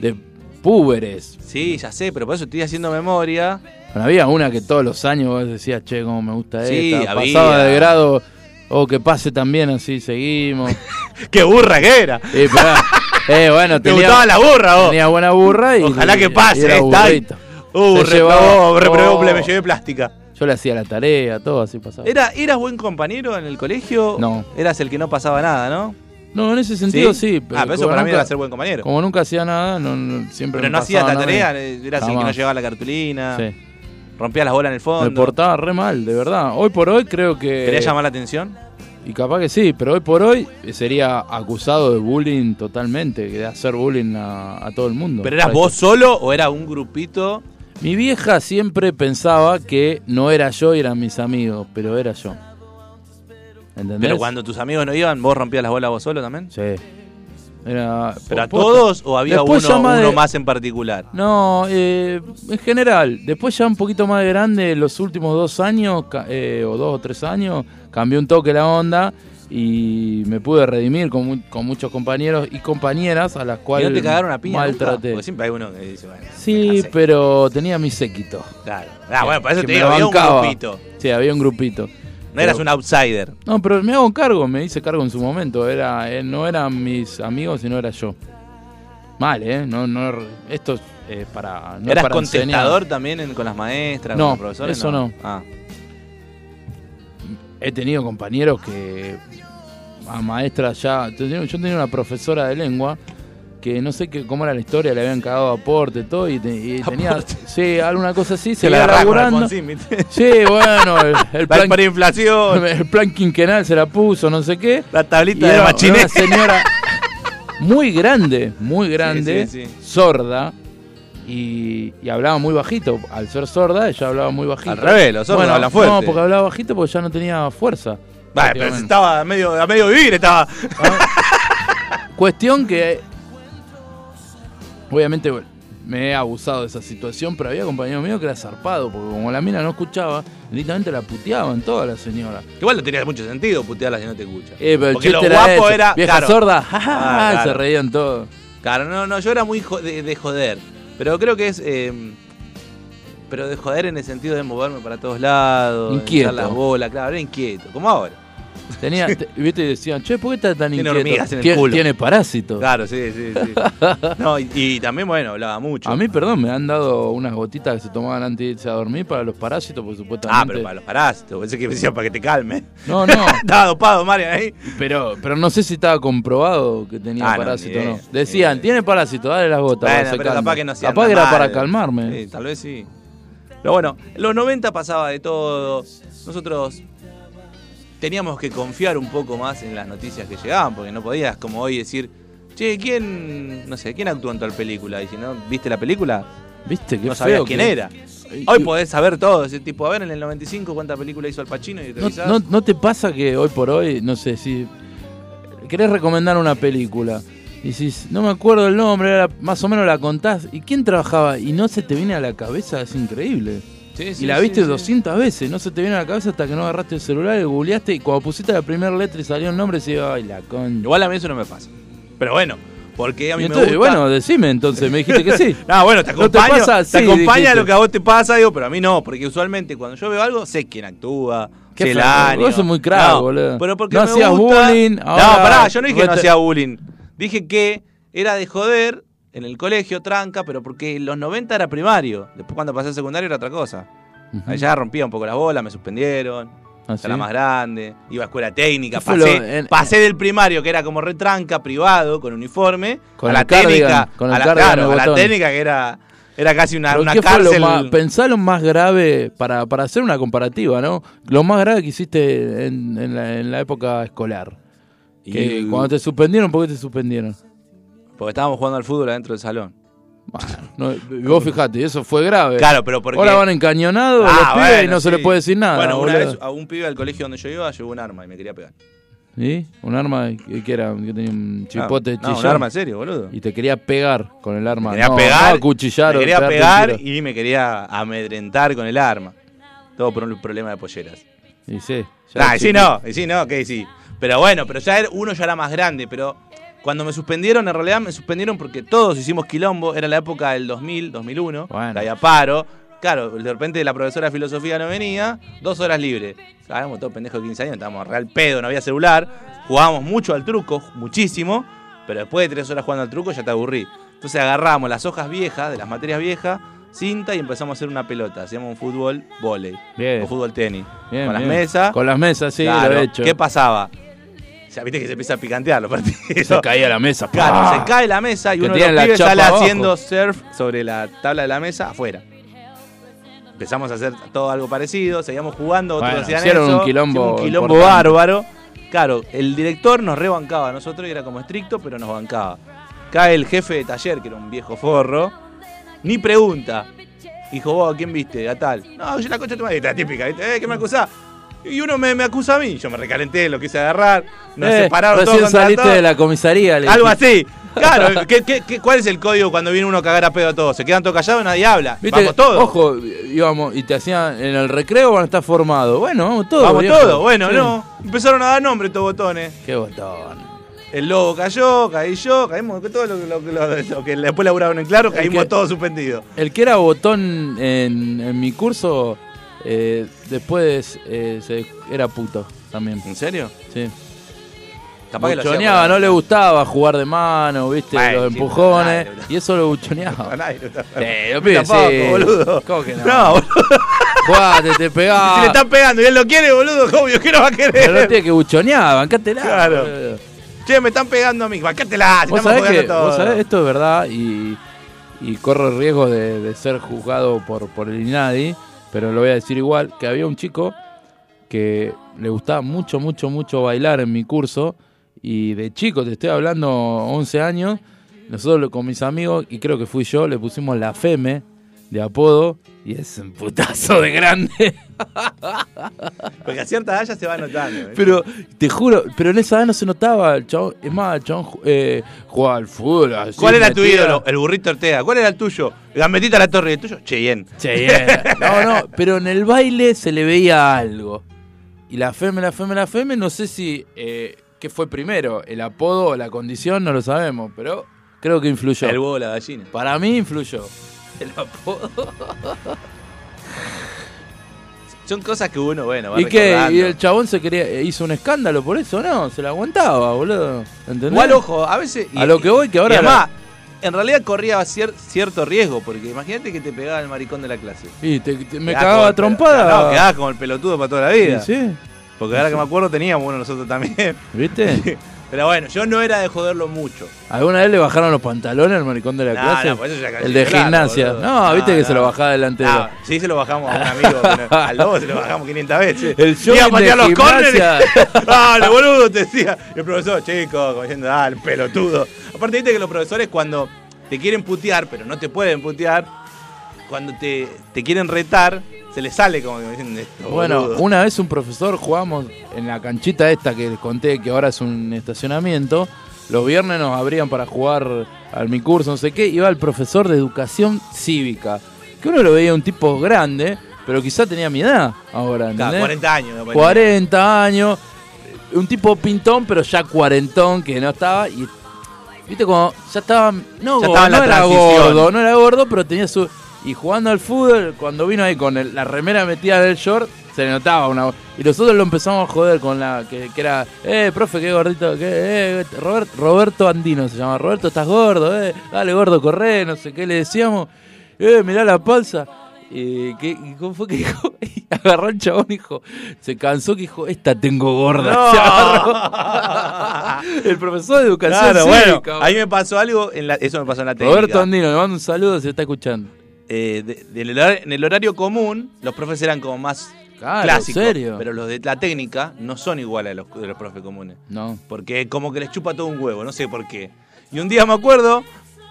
Speaker 4: de púberes.
Speaker 5: Sí, ya sé, pero por eso estoy haciendo memoria.
Speaker 4: Bueno, había una que todos los años vos decías, che, cómo me gusta
Speaker 5: Sí,
Speaker 4: esta.
Speaker 5: había.
Speaker 4: Pasaba de grado, o que pase también, así seguimos.
Speaker 5: ¡Qué burra que era!
Speaker 4: Eh, pará. eh bueno,
Speaker 5: ¿Te
Speaker 4: tenía,
Speaker 5: gustaba la burra vos?
Speaker 4: tenía buena burra y.
Speaker 5: Ojalá que
Speaker 4: y
Speaker 5: pase,
Speaker 4: era
Speaker 5: eh, está ahí.
Speaker 4: burrito.
Speaker 5: Uh,
Speaker 4: Se
Speaker 5: reprobó,
Speaker 4: llevaba-
Speaker 5: reprobó,
Speaker 4: oh.
Speaker 5: me llevé plástica.
Speaker 4: Yo le hacía la tarea, todo así pasaba.
Speaker 5: Era, ¿Eras buen compañero en el colegio?
Speaker 4: No.
Speaker 5: Eras el que no pasaba nada, ¿no?
Speaker 4: No, en ese sentido sí. pero
Speaker 5: ah, pero eso
Speaker 4: como
Speaker 5: para mí
Speaker 4: nunca-
Speaker 5: era ser buen compañero.
Speaker 4: Como nunca hacía nada, no, no- siempre
Speaker 5: Pero no
Speaker 4: me
Speaker 5: hacías
Speaker 4: pasaba
Speaker 5: la
Speaker 4: nada
Speaker 5: tarea,
Speaker 4: bien.
Speaker 5: eh, eras el que no
Speaker 4: Jamás.
Speaker 5: llevaba la cartulina,
Speaker 4: Sí.
Speaker 5: rompías las bolas en el
Speaker 4: Me
Speaker 5: fondo.
Speaker 4: portaba re mal, de verdad. Hoy por hoy creo que.
Speaker 5: ¿Querías llamar la atención?
Speaker 4: Y capaz que sí, pero hoy por hoy sería acusado de bullying totalmente, de hacer bullying a, a todo el mundo.
Speaker 5: ¿Pero eras
Speaker 4: Parece.
Speaker 5: vos solo o era un grupito?
Speaker 4: Mi vieja siempre pensaba que no era yo y eran mis amigos, pero era yo. ¿Entendés?
Speaker 5: Pero cuando tus amigos no iban, vos rompías las bolas vos solo también.
Speaker 4: Sí. Era.
Speaker 5: ¿Pero a
Speaker 4: posta.
Speaker 5: todos o había
Speaker 4: Después
Speaker 5: uno,
Speaker 4: ya más
Speaker 5: uno
Speaker 4: de-
Speaker 5: más en particular?
Speaker 4: No, eh, en general. Después ya un poquito más de grande, los últimos dos años, ca- eh, o dos o tres años, cambié un toque la onda y me pude redimir con, mu- con muchos compañeros y compañeras a las
Speaker 5: ¿Y
Speaker 4: cuales
Speaker 5: no te cagaron a piña? nunca?
Speaker 4: maltraté.
Speaker 5: Porque siempre hay uno que dice, bueno. me
Speaker 4: Sí,
Speaker 5: casé.
Speaker 4: pero tenía mi séquito.
Speaker 5: Claro. Ah, bueno, para eso
Speaker 4: que
Speaker 5: te
Speaker 4: me
Speaker 5: digo, había un
Speaker 4: bancaba.
Speaker 5: grupito.
Speaker 4: Sí, había un grupito.
Speaker 5: No eras un outsider.
Speaker 4: No, pero me hago cargo, me hice cargo en su momento. Era, eh, no eran mis amigos, sino era yo. Mal, ¿eh? No, no, esto es eh, para. No es
Speaker 5: ¿Eras
Speaker 4: para enseñar.
Speaker 5: contestador también en- con las maestras,
Speaker 4: No,
Speaker 5: con los profesores?
Speaker 4: eso no.
Speaker 5: Ah,
Speaker 4: He tenido compañeros que. A maestras ya. Yo tenía- yo tenía una profesora de lengua que no sé qué, cómo era la historia, le habían cagado aporte, todo, y, te- y tenía.
Speaker 5: Aporte.
Speaker 4: Sí, alguna cosa así, se
Speaker 5: la
Speaker 4: la
Speaker 5: agarrás con
Speaker 4: laburando.
Speaker 5: Alfonsín, ¿viste?
Speaker 4: Sí, bueno, el, el
Speaker 5: La
Speaker 4: plan,
Speaker 5: hiperinflación,
Speaker 4: el plan quinquenal se la puso, no sé qué.
Speaker 5: la
Speaker 4: Y
Speaker 5: tablita de
Speaker 4: era
Speaker 5: machiné.
Speaker 4: una señora muy grande, muy grande,
Speaker 5: Sí, sí, sí.
Speaker 4: sorda, y, y hablaba muy bajito. Al ser sorda, ella hablaba muy bajito.
Speaker 5: Al revés, los sordos hablan fuerte.
Speaker 4: No, porque hablaba bajito porque ya no tenía fuerza.
Speaker 5: Vale, pero
Speaker 4: prácticamente.
Speaker 5: estaba a medio, a medio vivir, estaba.
Speaker 4: Cuestión que. Obviamente bueno, me he abusado de esa situación, pero había compañeros míos que era zarpado, porque como la mina no escuchaba, directamente la puteaban toda la señora.
Speaker 5: Igual no tenía mucho sentido putearla si no te escucha.
Speaker 4: Eh, pero el
Speaker 5: Porque lo
Speaker 4: chiste era,
Speaker 5: guapo
Speaker 4: ese.
Speaker 5: era.
Speaker 4: Vieja
Speaker 5: claro,
Speaker 4: sorda, jajaja,
Speaker 5: Ah, claro.
Speaker 4: se reían todos.
Speaker 5: Claro, no, no, yo era muy jo- de, de joder. Pero creo que es. eh, pero de joder en el sentido de moverme para todos lados,
Speaker 4: Inquieto.
Speaker 5: hinchar las bolas, claro, era inquieto, como ahora.
Speaker 4: Tenía, te- viste, y decían, che, ¿por qué está tan
Speaker 5: Tiene
Speaker 4: inquieto?
Speaker 5: hormigas en el
Speaker 4: Tie-
Speaker 5: culo".
Speaker 4: Tiene parásitos.
Speaker 5: Claro, sí, sí, sí. No, y, y también, bueno, hablaba mucho.
Speaker 4: A mí, perdón, me han dado unas gotitas que se tomaban antes de irse a dormir para los parásitos, por supuestamente.
Speaker 5: Ah, pero para los parásitos, pensé que me decían para que te calme.
Speaker 4: No, no,
Speaker 5: Estaba dopado, Marian, ahí.
Speaker 4: pero, pero no sé si estaba comprobado que tenía
Speaker 5: Ah, no,
Speaker 4: parásito
Speaker 5: ni
Speaker 4: o no.
Speaker 5: idea, ni
Speaker 4: Decían,
Speaker 5: idea.
Speaker 4: tiene parásito, dale las gotas. para
Speaker 5: Bueno,
Speaker 4: que se
Speaker 5: pero
Speaker 4: calme".
Speaker 5: capaz que no hacía
Speaker 4: Capaz que
Speaker 5: nada
Speaker 4: era para
Speaker 5: mal.
Speaker 4: calmarme.
Speaker 5: Sí, tal vez sí. Pero bueno, en los 90 pasaba de todo. Nosotros teníamos que confiar un poco más en las noticias que llegaban, porque no podías como hoy decir, che, ¿quién, no sé, quién actuó en tal película? Y si no viste la película,
Speaker 4: ¿Viste? Qué
Speaker 5: no sabías
Speaker 4: feo
Speaker 5: quién
Speaker 4: que-
Speaker 5: era.
Speaker 4: Y-
Speaker 5: Hoy
Speaker 4: y-
Speaker 5: podés saber todo, ese tipo, a ver en el 95 cuánta película hizo Al Pacino y te
Speaker 4: ¿No,
Speaker 5: avisás.
Speaker 4: no- no te pasa que hoy por hoy, no sé, si querés recomendar una película y decís, no me acuerdo el nombre, era- más o menos la contás, ¿y quién trabajaba? Y no se te viene a la cabeza, es increíble.
Speaker 5: Sí, sí,
Speaker 4: y la
Speaker 5: sí,
Speaker 4: viste
Speaker 5: sí.
Speaker 4: 200 veces, no se te viene a la cabeza hasta que no agarraste el celular y googleaste y cuando pusiste la primera letra y salió el nombre, decís, ay, la con...
Speaker 5: Igual a mí eso no me pasa. Pero bueno, Porque a mí
Speaker 4: Y entonces,
Speaker 5: me gusta.
Speaker 4: bueno, decime entonces, me dijiste que sí.
Speaker 5: Ah, bueno, te
Speaker 4: ¿No te
Speaker 5: acompaño, te
Speaker 4: pasa? Sí,
Speaker 5: acompaña
Speaker 4: dijiste.
Speaker 5: lo que a vos te pasa, digo, pero a mí no, porque usualmente cuando yo veo algo sé quién actúa,
Speaker 4: Qué
Speaker 5: sé el
Speaker 4: feo,
Speaker 5: año.
Speaker 4: vos sos muy crack,
Speaker 5: No,
Speaker 4: boludo.
Speaker 5: Pero porque
Speaker 4: No
Speaker 5: me
Speaker 4: hacías
Speaker 5: gusta-
Speaker 4: bullying, ahora
Speaker 5: no, pará, yo no dije que no
Speaker 4: rete-
Speaker 5: hacía bullying. Dije que era de joder en el colegio, tranca, pero porque en los 90 era primario. Después cuando pasé al secundario era otra cosa. Ahí ya rompía un poco las bolas, me suspendieron.
Speaker 4: ¿Ah,
Speaker 5: ya
Speaker 4: sí?
Speaker 5: era más grande, iba a escuela técnica,
Speaker 4: Fue
Speaker 5: pasé,
Speaker 4: lo- en-
Speaker 5: pasé del primario que era como retranca, privado, con uniforme,
Speaker 4: Con
Speaker 5: a
Speaker 4: el
Speaker 5: la técnica,
Speaker 4: cardigan, con el
Speaker 5: a la,
Speaker 4: cardigan
Speaker 5: claro,
Speaker 4: de
Speaker 5: a la
Speaker 4: botón.
Speaker 5: técnica que era, era casi una,
Speaker 4: Pero
Speaker 5: una
Speaker 4: ¿qué fue lo
Speaker 5: cárcel.
Speaker 4: más, pensá lo más grave, para, para hacer una comparativa, ¿no? Lo más grave que hiciste en, en la, en la época escolar. Que
Speaker 5: Y-
Speaker 4: Cuando te suspendieron, ¿por qué te suspendieron?
Speaker 5: Porque estábamos jugando al fútbol adentro del salón.
Speaker 4: Bueno, no, y vos fijate, y eso fue grave.
Speaker 5: Claro, pero porque...
Speaker 4: Ahora van encañonados los
Speaker 5: Ah,
Speaker 4: pibes y
Speaker 5: bueno,
Speaker 4: no se
Speaker 5: sí.
Speaker 4: les puede decir nada.
Speaker 5: Bueno, una
Speaker 4: boludo.
Speaker 5: vez a un pibe al colegio donde yo iba llevó un arma y me quería pegar.
Speaker 4: ¿Sí? Un arma que, que era, que tenía un chipote de
Speaker 5: no, no, un
Speaker 4: chillón.
Speaker 5: arma en serio, boludo.
Speaker 4: Y te quería pegar con el arma.
Speaker 5: Me quería
Speaker 4: no,
Speaker 5: pegar,
Speaker 4: no acuchillar
Speaker 5: me
Speaker 4: o
Speaker 5: quería
Speaker 4: pegarte un
Speaker 5: pegar
Speaker 4: tiro.
Speaker 5: y me quería amedrentar con el arma. Todo por un problema de polleras.
Speaker 4: Y sí. ya
Speaker 5: Ah, y sí
Speaker 4: chico.
Speaker 5: no, y sí no, que sí. Pero bueno, pero ya era- uno ya era más grande, pero cuando me suspendieron, en realidad me suspendieron porque todos hicimos quilombo, era la época del 2000, 2001,
Speaker 4: Bueno.
Speaker 5: había paro. Claro, de repente la profesora de filosofía no venía, dos horas libre. Estábamos todos pendejos de 15 años, estábamos real pedo, no había celular, jugábamos mucho al truco, muchísimo, pero después de tres horas jugando al truco ya te aburrí. Entonces agarramos las hojas viejas, de las materias viejas, cinta y empezamos a hacer una pelota. Hacíamos un fútbol volei
Speaker 4: Bien.
Speaker 5: o fútbol tenis.
Speaker 4: Bien,
Speaker 5: con las
Speaker 4: bien.
Speaker 5: mesas,
Speaker 4: Con las mesas, sí,
Speaker 5: Claro,
Speaker 4: lo he hecho.
Speaker 5: ¿Qué pasaba? Ya viste que se empieza a picantear los partidos.
Speaker 4: Se caía la mesa.
Speaker 5: Claro,
Speaker 4: ¡pah!
Speaker 5: se cae la mesa y
Speaker 4: Que
Speaker 5: uno de
Speaker 4: tienen
Speaker 5: los
Speaker 4: la
Speaker 5: pibes
Speaker 4: chapa
Speaker 5: sale
Speaker 4: abajo.
Speaker 5: haciendo surf sobre la tabla de la mesa afuera. Empezamos a hacer todo algo parecido, seguíamos jugando, otros
Speaker 4: Bueno,
Speaker 5: hacían
Speaker 4: hicieron
Speaker 5: eso,
Speaker 4: un quilombo
Speaker 5: hicimos un quilombo
Speaker 4: importante.
Speaker 5: bárbaro. Claro, el director nos rebancaba a nosotros y era como estricto, pero nos bancaba. Cae el jefe de taller, que era un viejo forro, ni pregunta. Dijo, vos, ¿a quién viste? A tal. No, yo la concha de tu madre, la típica, ¿viste? Eh, ¿Qué me acusás? Y uno me, me acusa a mí. Yo me recalenté, lo quise agarrar. Nos
Speaker 4: Eh,
Speaker 5: separaron todos
Speaker 4: Recién
Speaker 5: contra
Speaker 4: saliste
Speaker 5: todos.
Speaker 4: de la comisaría. le
Speaker 5: Algo así.
Speaker 4: dijiste.
Speaker 5: Claro, ¿qué- qué- qué- cuál es el código cuando viene uno a cagar a pedo a todos? Se quedan todos callados y nadie habla.
Speaker 4: ¿Viste?
Speaker 5: Vamos todos.
Speaker 4: Ojo, íbamos y te hacían en el recreo van a estar formados. Bueno, vamos todos.
Speaker 5: Vamos
Speaker 4: viejo.
Speaker 5: todos. Bueno,
Speaker 4: Sí.
Speaker 5: no. Empezaron a dar nombre estos botones.
Speaker 4: Qué botón.
Speaker 5: El lobo cayó, caí yo, caímos todos los lo, lo- lo que después laburaron en claro, caímos
Speaker 4: que-
Speaker 5: todos suspendidos.
Speaker 4: El que era botón en, en mi curso, eh, después eh, se- era puto también.
Speaker 5: ¿En serio?
Speaker 4: Sí.
Speaker 5: Mm. Capaz que lo hacía
Speaker 4: Buchoneaba,
Speaker 5: por-
Speaker 4: no le gustaba jugar de mano, viste,
Speaker 5: Bueno,
Speaker 4: los
Speaker 5: sí,
Speaker 4: empujones.
Speaker 5: pero-
Speaker 4: y eso lo buchoneaba.
Speaker 5: A nadie le gusta.
Speaker 4: Eh, los pibes,
Speaker 5: Tampoco,
Speaker 4: sí.
Speaker 5: boludo.
Speaker 4: ¿Cómo que no?
Speaker 5: No, boludo.
Speaker 4: Jugate, te pegaba.
Speaker 5: Si le están pegando y él lo quiere, boludo, obvio que no va a querer.
Speaker 4: Pero no tiene que buchonear, bancátela.
Speaker 5: Claro.
Speaker 4: boludo.
Speaker 5: Che, me están pegando a mí. Bancátela, si
Speaker 4: Vos
Speaker 5: estamos
Speaker 4: sabés
Speaker 5: jugando
Speaker 4: que
Speaker 5: todo.
Speaker 4: vos sabés, esto es verdad y, y corro el riesgo de, de ser juzgado por, por el INADI, pero lo voy a decir igual, que había un chico que le gustaba mucho, mucho, mucho bailar en mi curso y de chico, te estoy hablando 11 años, nosotros lo- con mis amigos, y creo que fui yo, le pusimos la Feme de apodo y es un putazo de grande.
Speaker 5: Porque a cierta edad ya se va notando. ¿eh?
Speaker 4: Pero te juro, pero en esa edad no se notaba el chabón. Es más, el chabón eh, jugaba al fútbol. así,
Speaker 5: ¿Cuál era tu
Speaker 4: metía-
Speaker 5: ídolo? El burrito Ortega. ¿Cuál era el tuyo? Gambetita la torre. ¿El tuyo? Cheyenne.
Speaker 4: Cheyenne. No, no, pero en el baile se le veía algo. Y la Feme, la Feme, la Feme, no sé si eh, qué fue primero, el apodo o la condición, no lo sabemos, pero creo que influyó.
Speaker 5: El huevo de la gallina.
Speaker 4: Para mí influyó. El apodo.
Speaker 5: Son cosas que uno, bueno, va
Speaker 4: ¿Y que
Speaker 5: recordando.
Speaker 4: y el chabón se quería, eh, hizo un escándalo por eso, no, se la aguantaba, boludo. ¿Entendés?
Speaker 5: Igual, ojo, a veces...
Speaker 4: A lo que voy, que ahora
Speaker 5: Y además, en realidad corría cier- cierto riesgo, porque imagínate que te pegaba el maricón de la clase.
Speaker 4: Y te- te- me
Speaker 5: Quedás
Speaker 4: cagaba
Speaker 5: como el pelo- No,
Speaker 4: trompada.
Speaker 5: quedabas como el pelotudo para toda la vida.
Speaker 4: Sí, sí,
Speaker 5: Porque ahora que me acuerdo teníamos uno nosotros también.
Speaker 4: ¿Viste?
Speaker 5: Pero bueno, yo no era de joderlo mucho.
Speaker 4: ¿Alguna vez le bajaron los pantalones al maricón de la
Speaker 5: No,
Speaker 4: clase?
Speaker 5: no, por eso ya casi
Speaker 4: el de
Speaker 5: llorando,
Speaker 4: gimnasia.
Speaker 5: boludo.
Speaker 4: No, viste
Speaker 5: No,
Speaker 4: que
Speaker 5: no.
Speaker 4: se lo bajaba delante de
Speaker 5: Ah, sí, se lo bajamos a un amigo. pero al lobo se lo bajamos 500 veces.
Speaker 4: El
Speaker 5: show Iba a
Speaker 4: jogging
Speaker 5: patear
Speaker 4: de
Speaker 5: los corners.
Speaker 4: gimnasia.
Speaker 5: y- Dale, boludo, te decía. Y el profesor, chico, como diciendo, dale, pelotudo. Aparte, viste que los profesores cuando te quieren putear, pero no te pueden putear, cuando te, te quieren retar, se les sale como diciendo esto.
Speaker 4: Bueno,
Speaker 5: boludo".
Speaker 4: una vez un profesor jugamos en la canchita esta que les conté que ahora es un estacionamiento. Los viernes nos abrían para jugar al mi curso, no sé qué. Iba el profesor de educación cívica. Que uno lo veía un tipo grande, pero quizá tenía mi edad ahora.
Speaker 5: Acá,
Speaker 4: ¿entendés?
Speaker 5: 40 años. me parece.
Speaker 4: 40 años. Un tipo pintón, pero ya cuarentón que no estaba. Y Viste, cuando ya estaba. No,
Speaker 5: Ya
Speaker 4: gordo,
Speaker 5: estaba en la
Speaker 4: no era
Speaker 5: transición.
Speaker 4: gordo, no era gordo, pero tenía su. Y jugando al fútbol, cuando vino ahí con el- la remera metida del short, se le notaba una. Y nosotros lo empezamos a joder con la. que, que era. Eh, profe, qué gordito, que. Eh, Robert- Roberto Andino se llama. Roberto, estás gordo, eh. Dale, gordo, corre, no sé qué le decíamos. Eh, mirá la panza. Eh, ¿qué, ¿Cómo fue que dijo? Y agarró el chabón y dijo, se cansó que dijo, esta tengo gorda. Se agarró. el profesor de educación
Speaker 5: Claro, bueno,
Speaker 4: cívica,
Speaker 5: ahí me pasó algo, en la- eso me pasó en la técnica.
Speaker 4: Roberto Andino, le mando un saludo si está escuchando.
Speaker 5: Eh, de- del hora- en el horario común, los profes eran como más
Speaker 4: Claro,
Speaker 5: clásicos.
Speaker 4: serio.
Speaker 5: Pero los de la técnica no son iguales a los de los profes comunes.
Speaker 4: No.
Speaker 5: Porque como que les chupa todo un huevo, no sé por qué. Y un día me acuerdo,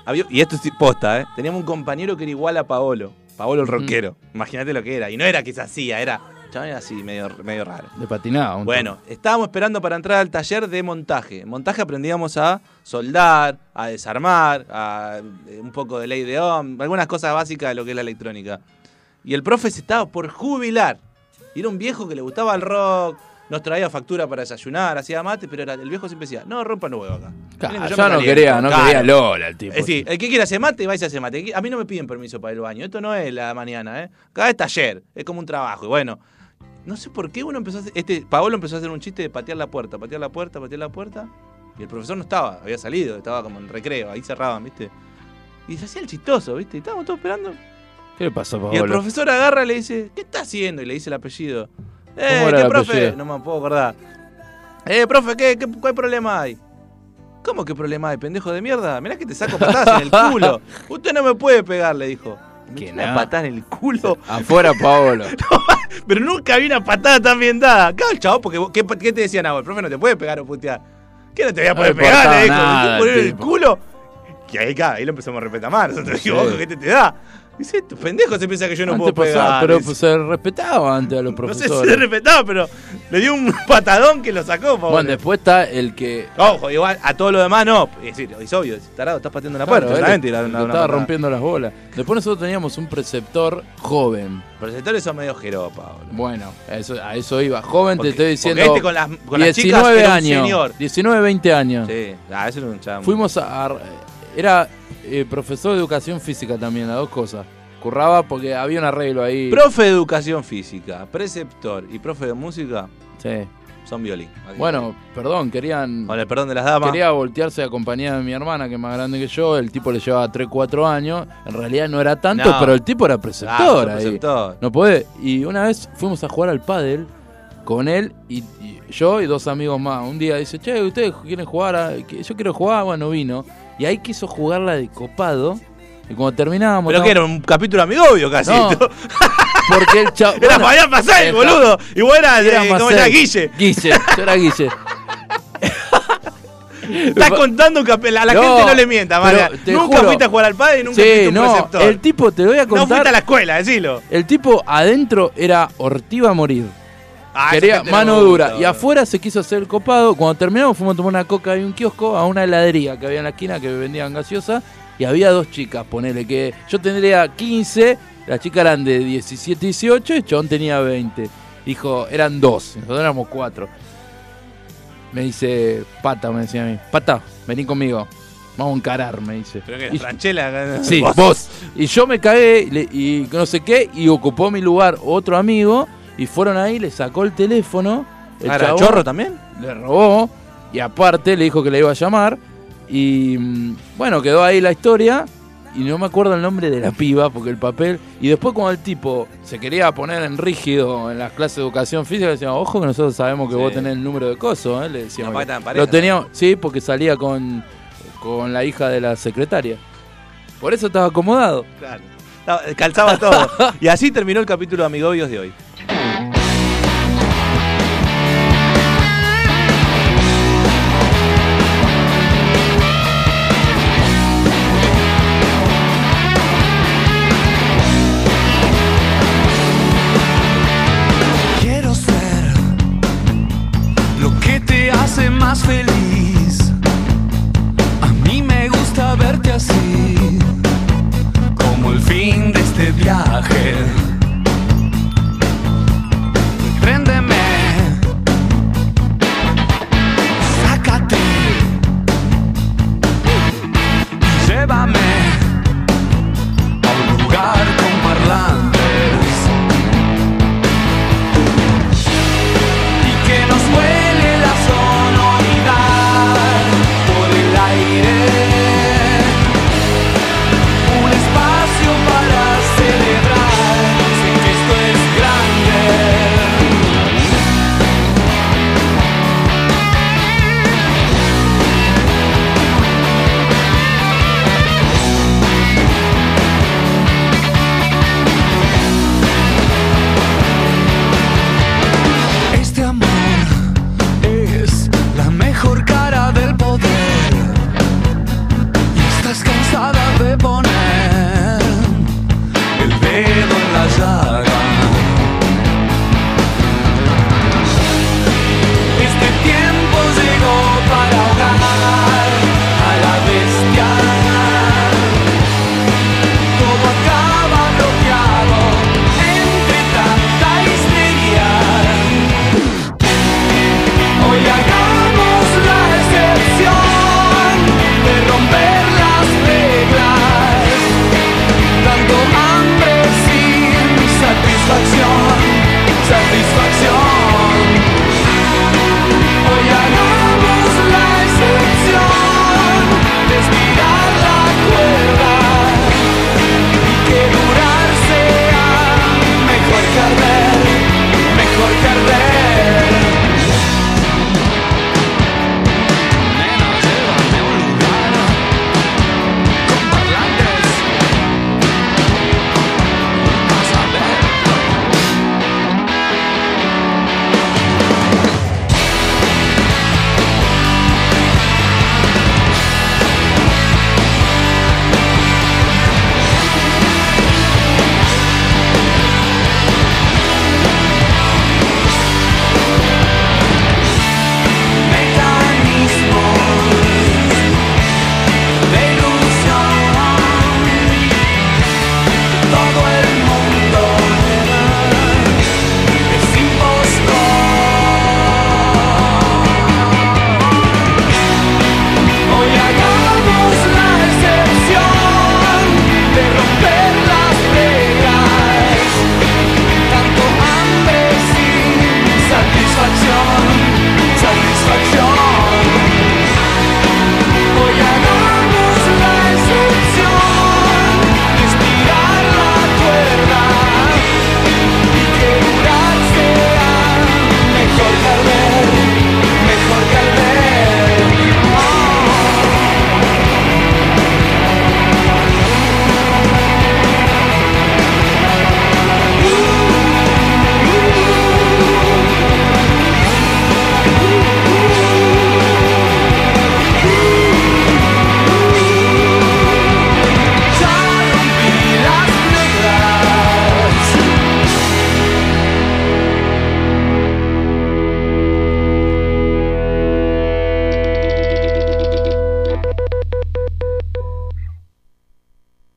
Speaker 5: había- y esto es posta, ¿eh? teníamos un compañero que era igual a Paolo, Paolo el
Speaker 4: Mm.
Speaker 5: rockero. Imagínate lo que era. Y no era que se hacía, era. Chabón era así, medio, medio raro.
Speaker 4: De patinado. un
Speaker 5: Bueno, estábamos esperando para entrar al taller de montaje. En montaje aprendíamos a soldar, a desarmar, a eh, un poco de ley de ohm, algunas cosas básicas de lo que es la electrónica. Y el profe se estaba por jubilar. Y era un viejo que le gustaba el rock, nos traía factura para desayunar, hacía mate, pero era- el viejo siempre decía, no rompan huevo acá.
Speaker 4: Claro,
Speaker 5: Miren que yo
Speaker 4: ya
Speaker 5: me
Speaker 4: no
Speaker 5: caliento".
Speaker 4: quería, no
Speaker 5: Claro. Eh,
Speaker 4: quería Lola el tipo.
Speaker 5: Es decir, el que quiera hacer mate, vais a hacer mate. A mí no me piden permiso para ir al baño. Esto no es la mañana, ¿eh? Cada es taller, es como un trabajo. Y bueno, no sé por qué uno empezó a hacer. Este, Paolo empezó a hacer un chiste de patear la puerta, patear la puerta, patear la puerta. Y el profesor no estaba, había salido, estaba como en recreo, ahí cerraban, ¿viste? Y se hacía el chistoso, ¿viste? Y estábamos todos esperando.
Speaker 4: ¿Qué le pasó,
Speaker 5: Y el
Speaker 4: Pablo?
Speaker 5: profesor agarra y le dice, ¿qué está haciendo? Y le dice el apellido. Eh,
Speaker 4: ¿Cómo era
Speaker 5: ¿qué
Speaker 4: el
Speaker 5: profe?
Speaker 4: apellido?
Speaker 5: No me puedo acordar. Eh, profe, ¿qué, qué, cuál problema hay? ¿Cómo qué problema hay, pendejo de mierda? Mirá que te saco patadas en el culo. Usted no me puede pegar, le dijo. Me
Speaker 4: Que
Speaker 5: echó una
Speaker 4: no.
Speaker 5: patada en el culo.
Speaker 4: Afuera, Paolo.
Speaker 5: Pero nunca vi una patada tan bien dada. Claro, chavo, porque vos- ¿qué, qué te decían? Ah, el profe no te puede pegar o putear. ¿Qué no te voy a
Speaker 4: No
Speaker 5: poder
Speaker 4: le
Speaker 5: pegar?
Speaker 4: importaba
Speaker 5: Le dijo,
Speaker 4: nada
Speaker 5: ¿me
Speaker 4: al
Speaker 5: puedes poner en el
Speaker 4: tipo.
Speaker 5: culo? Que ahí, claro, ahí lo empezamos a respetar más. Nosotros dijimos,
Speaker 4: Sí.
Speaker 5: ojo, ¿qué te, te da? Dice, tu pendejo se piensa que yo no
Speaker 4: Antes
Speaker 5: puedo
Speaker 4: pasaba,
Speaker 5: pegar.
Speaker 4: pero
Speaker 5: Dice.
Speaker 4: se respetaba antes a los
Speaker 5: No sé si le
Speaker 4: profesores.
Speaker 5: respetaba, pero le dio un patadón que lo sacó, pobre.
Speaker 4: bueno, después está el que.
Speaker 5: Ojo, igual a todo lo demás no. Es decir, es obvio, es tarado, estás pateando una puerta.
Speaker 4: Claro, él
Speaker 5: claramente
Speaker 4: le-
Speaker 5: era
Speaker 4: le
Speaker 5: una- una
Speaker 4: estaba
Speaker 5: patada.
Speaker 4: rompiendo las bolas. Después nosotros teníamos un preceptor joven.
Speaker 5: Los sectores son medio jeropa, boludo.
Speaker 4: Bueno, a eso, a eso iba. Joven,
Speaker 5: Porque-
Speaker 4: te estoy diciendo.
Speaker 5: porque este con las- con las chicas era un
Speaker 4: años.
Speaker 5: señor.
Speaker 4: 19, 20 años.
Speaker 5: Sí, ah, eso era un chamo.
Speaker 4: Fuimos a. a- era eh, profesor de educación física también, las dos cosas. Curraba porque había un arreglo ahí.
Speaker 5: Profe de educación física, preceptor y profe de música
Speaker 4: Sí.
Speaker 5: son violín.
Speaker 4: Bueno, perdón, querían.
Speaker 5: Con el perdón de las damas.
Speaker 4: Quería voltearse acompañada de mi hermana, que es más grande que yo. El tipo le llevaba 3, 4 años. En realidad no era tanto,
Speaker 5: No.
Speaker 4: pero el tipo era
Speaker 5: Ah,
Speaker 4: preceptor
Speaker 5: sos
Speaker 4: ahí.
Speaker 5: preceptor.
Speaker 4: No podés. Y una vez fuimos a jugar al pádel con él y, y yo y dos amigos más. Un día dice, che, ¿ustedes quieren jugar? a- que Yo quiero jugar, bueno, vino. Y ahí quiso jugarla de copado. Y cuando terminábamos...
Speaker 5: Pero que era un capítulo amigovio casi.
Speaker 4: No, Porque el chavo...
Speaker 5: Era
Speaker 4: bueno,
Speaker 5: Fabián Pasay,
Speaker 4: era-
Speaker 5: boludo. Igual era,
Speaker 4: Era
Speaker 5: eh,
Speaker 4: más
Speaker 5: ¿cómo era?
Speaker 4: cerca.
Speaker 5: Guille.
Speaker 4: Guille, yo era Guille.
Speaker 5: Estás contando un capítulo. A la
Speaker 4: No,
Speaker 5: gente no le mienta,
Speaker 4: pero
Speaker 5: María.
Speaker 4: te
Speaker 5: Nunca
Speaker 4: juro.
Speaker 5: fuiste a jugar al padre y nunca fuiste
Speaker 4: Sí,
Speaker 5: un
Speaker 4: no,
Speaker 5: preceptor.
Speaker 4: el tipo, te voy a
Speaker 5: No
Speaker 4: contar...
Speaker 5: fuiste a la escuela, decilo.
Speaker 4: El tipo adentro era hortiva a morir.
Speaker 5: Ah, esa
Speaker 4: Quería
Speaker 5: gente no
Speaker 4: mano
Speaker 5: me gusta,
Speaker 4: dura. Y
Speaker 5: boludo.
Speaker 4: afuera se quiso hacer el copado. Cuando terminamos fuimos a tomar una coca y un kiosco a una heladería que había en la esquina que vendían gaseosa. Y había dos chicas, ponele, que yo tendría 15, las chicas eran de 17, 18 y Chabón tenía 20. Dijo, eran dos, nosotros éramos cuatro. Me dice, pata, me decía a mí, pata, vení conmigo, vamos a encarar, me dice.
Speaker 5: Pero que
Speaker 4: Y-
Speaker 5: la Franchella.
Speaker 4: Sí,
Speaker 5: vos.
Speaker 4: vos. Y yo me cagué le- y no sé qué, y ocupó mi lugar otro amigo, y fueron ahí, le sacó el teléfono, el
Speaker 5: Ah, ¿era
Speaker 4: chabón
Speaker 5: chorro también?
Speaker 4: le robó, y aparte le dijo que le iba a llamar, y mm, bueno, quedó ahí la historia, y no me acuerdo el nombre de la piba, porque el papel, y después cuando el tipo se quería poner en rígido en las clases de educación física, le decían, ojo que nosotros sabemos que
Speaker 5: Sí.
Speaker 4: vos tenés el número de coso, ¿eh? le decíamos.
Speaker 5: No,
Speaker 4: que-
Speaker 5: porque estaban
Speaker 4: lo
Speaker 5: parejas.
Speaker 4: teníamos, sí, porque salía con, con la hija de la secretaria. Por eso estaba acomodado.
Speaker 5: Claro. No, Calzaba todo. y así terminó el capítulo de Amigobios de hoy. este
Speaker 2: Este Este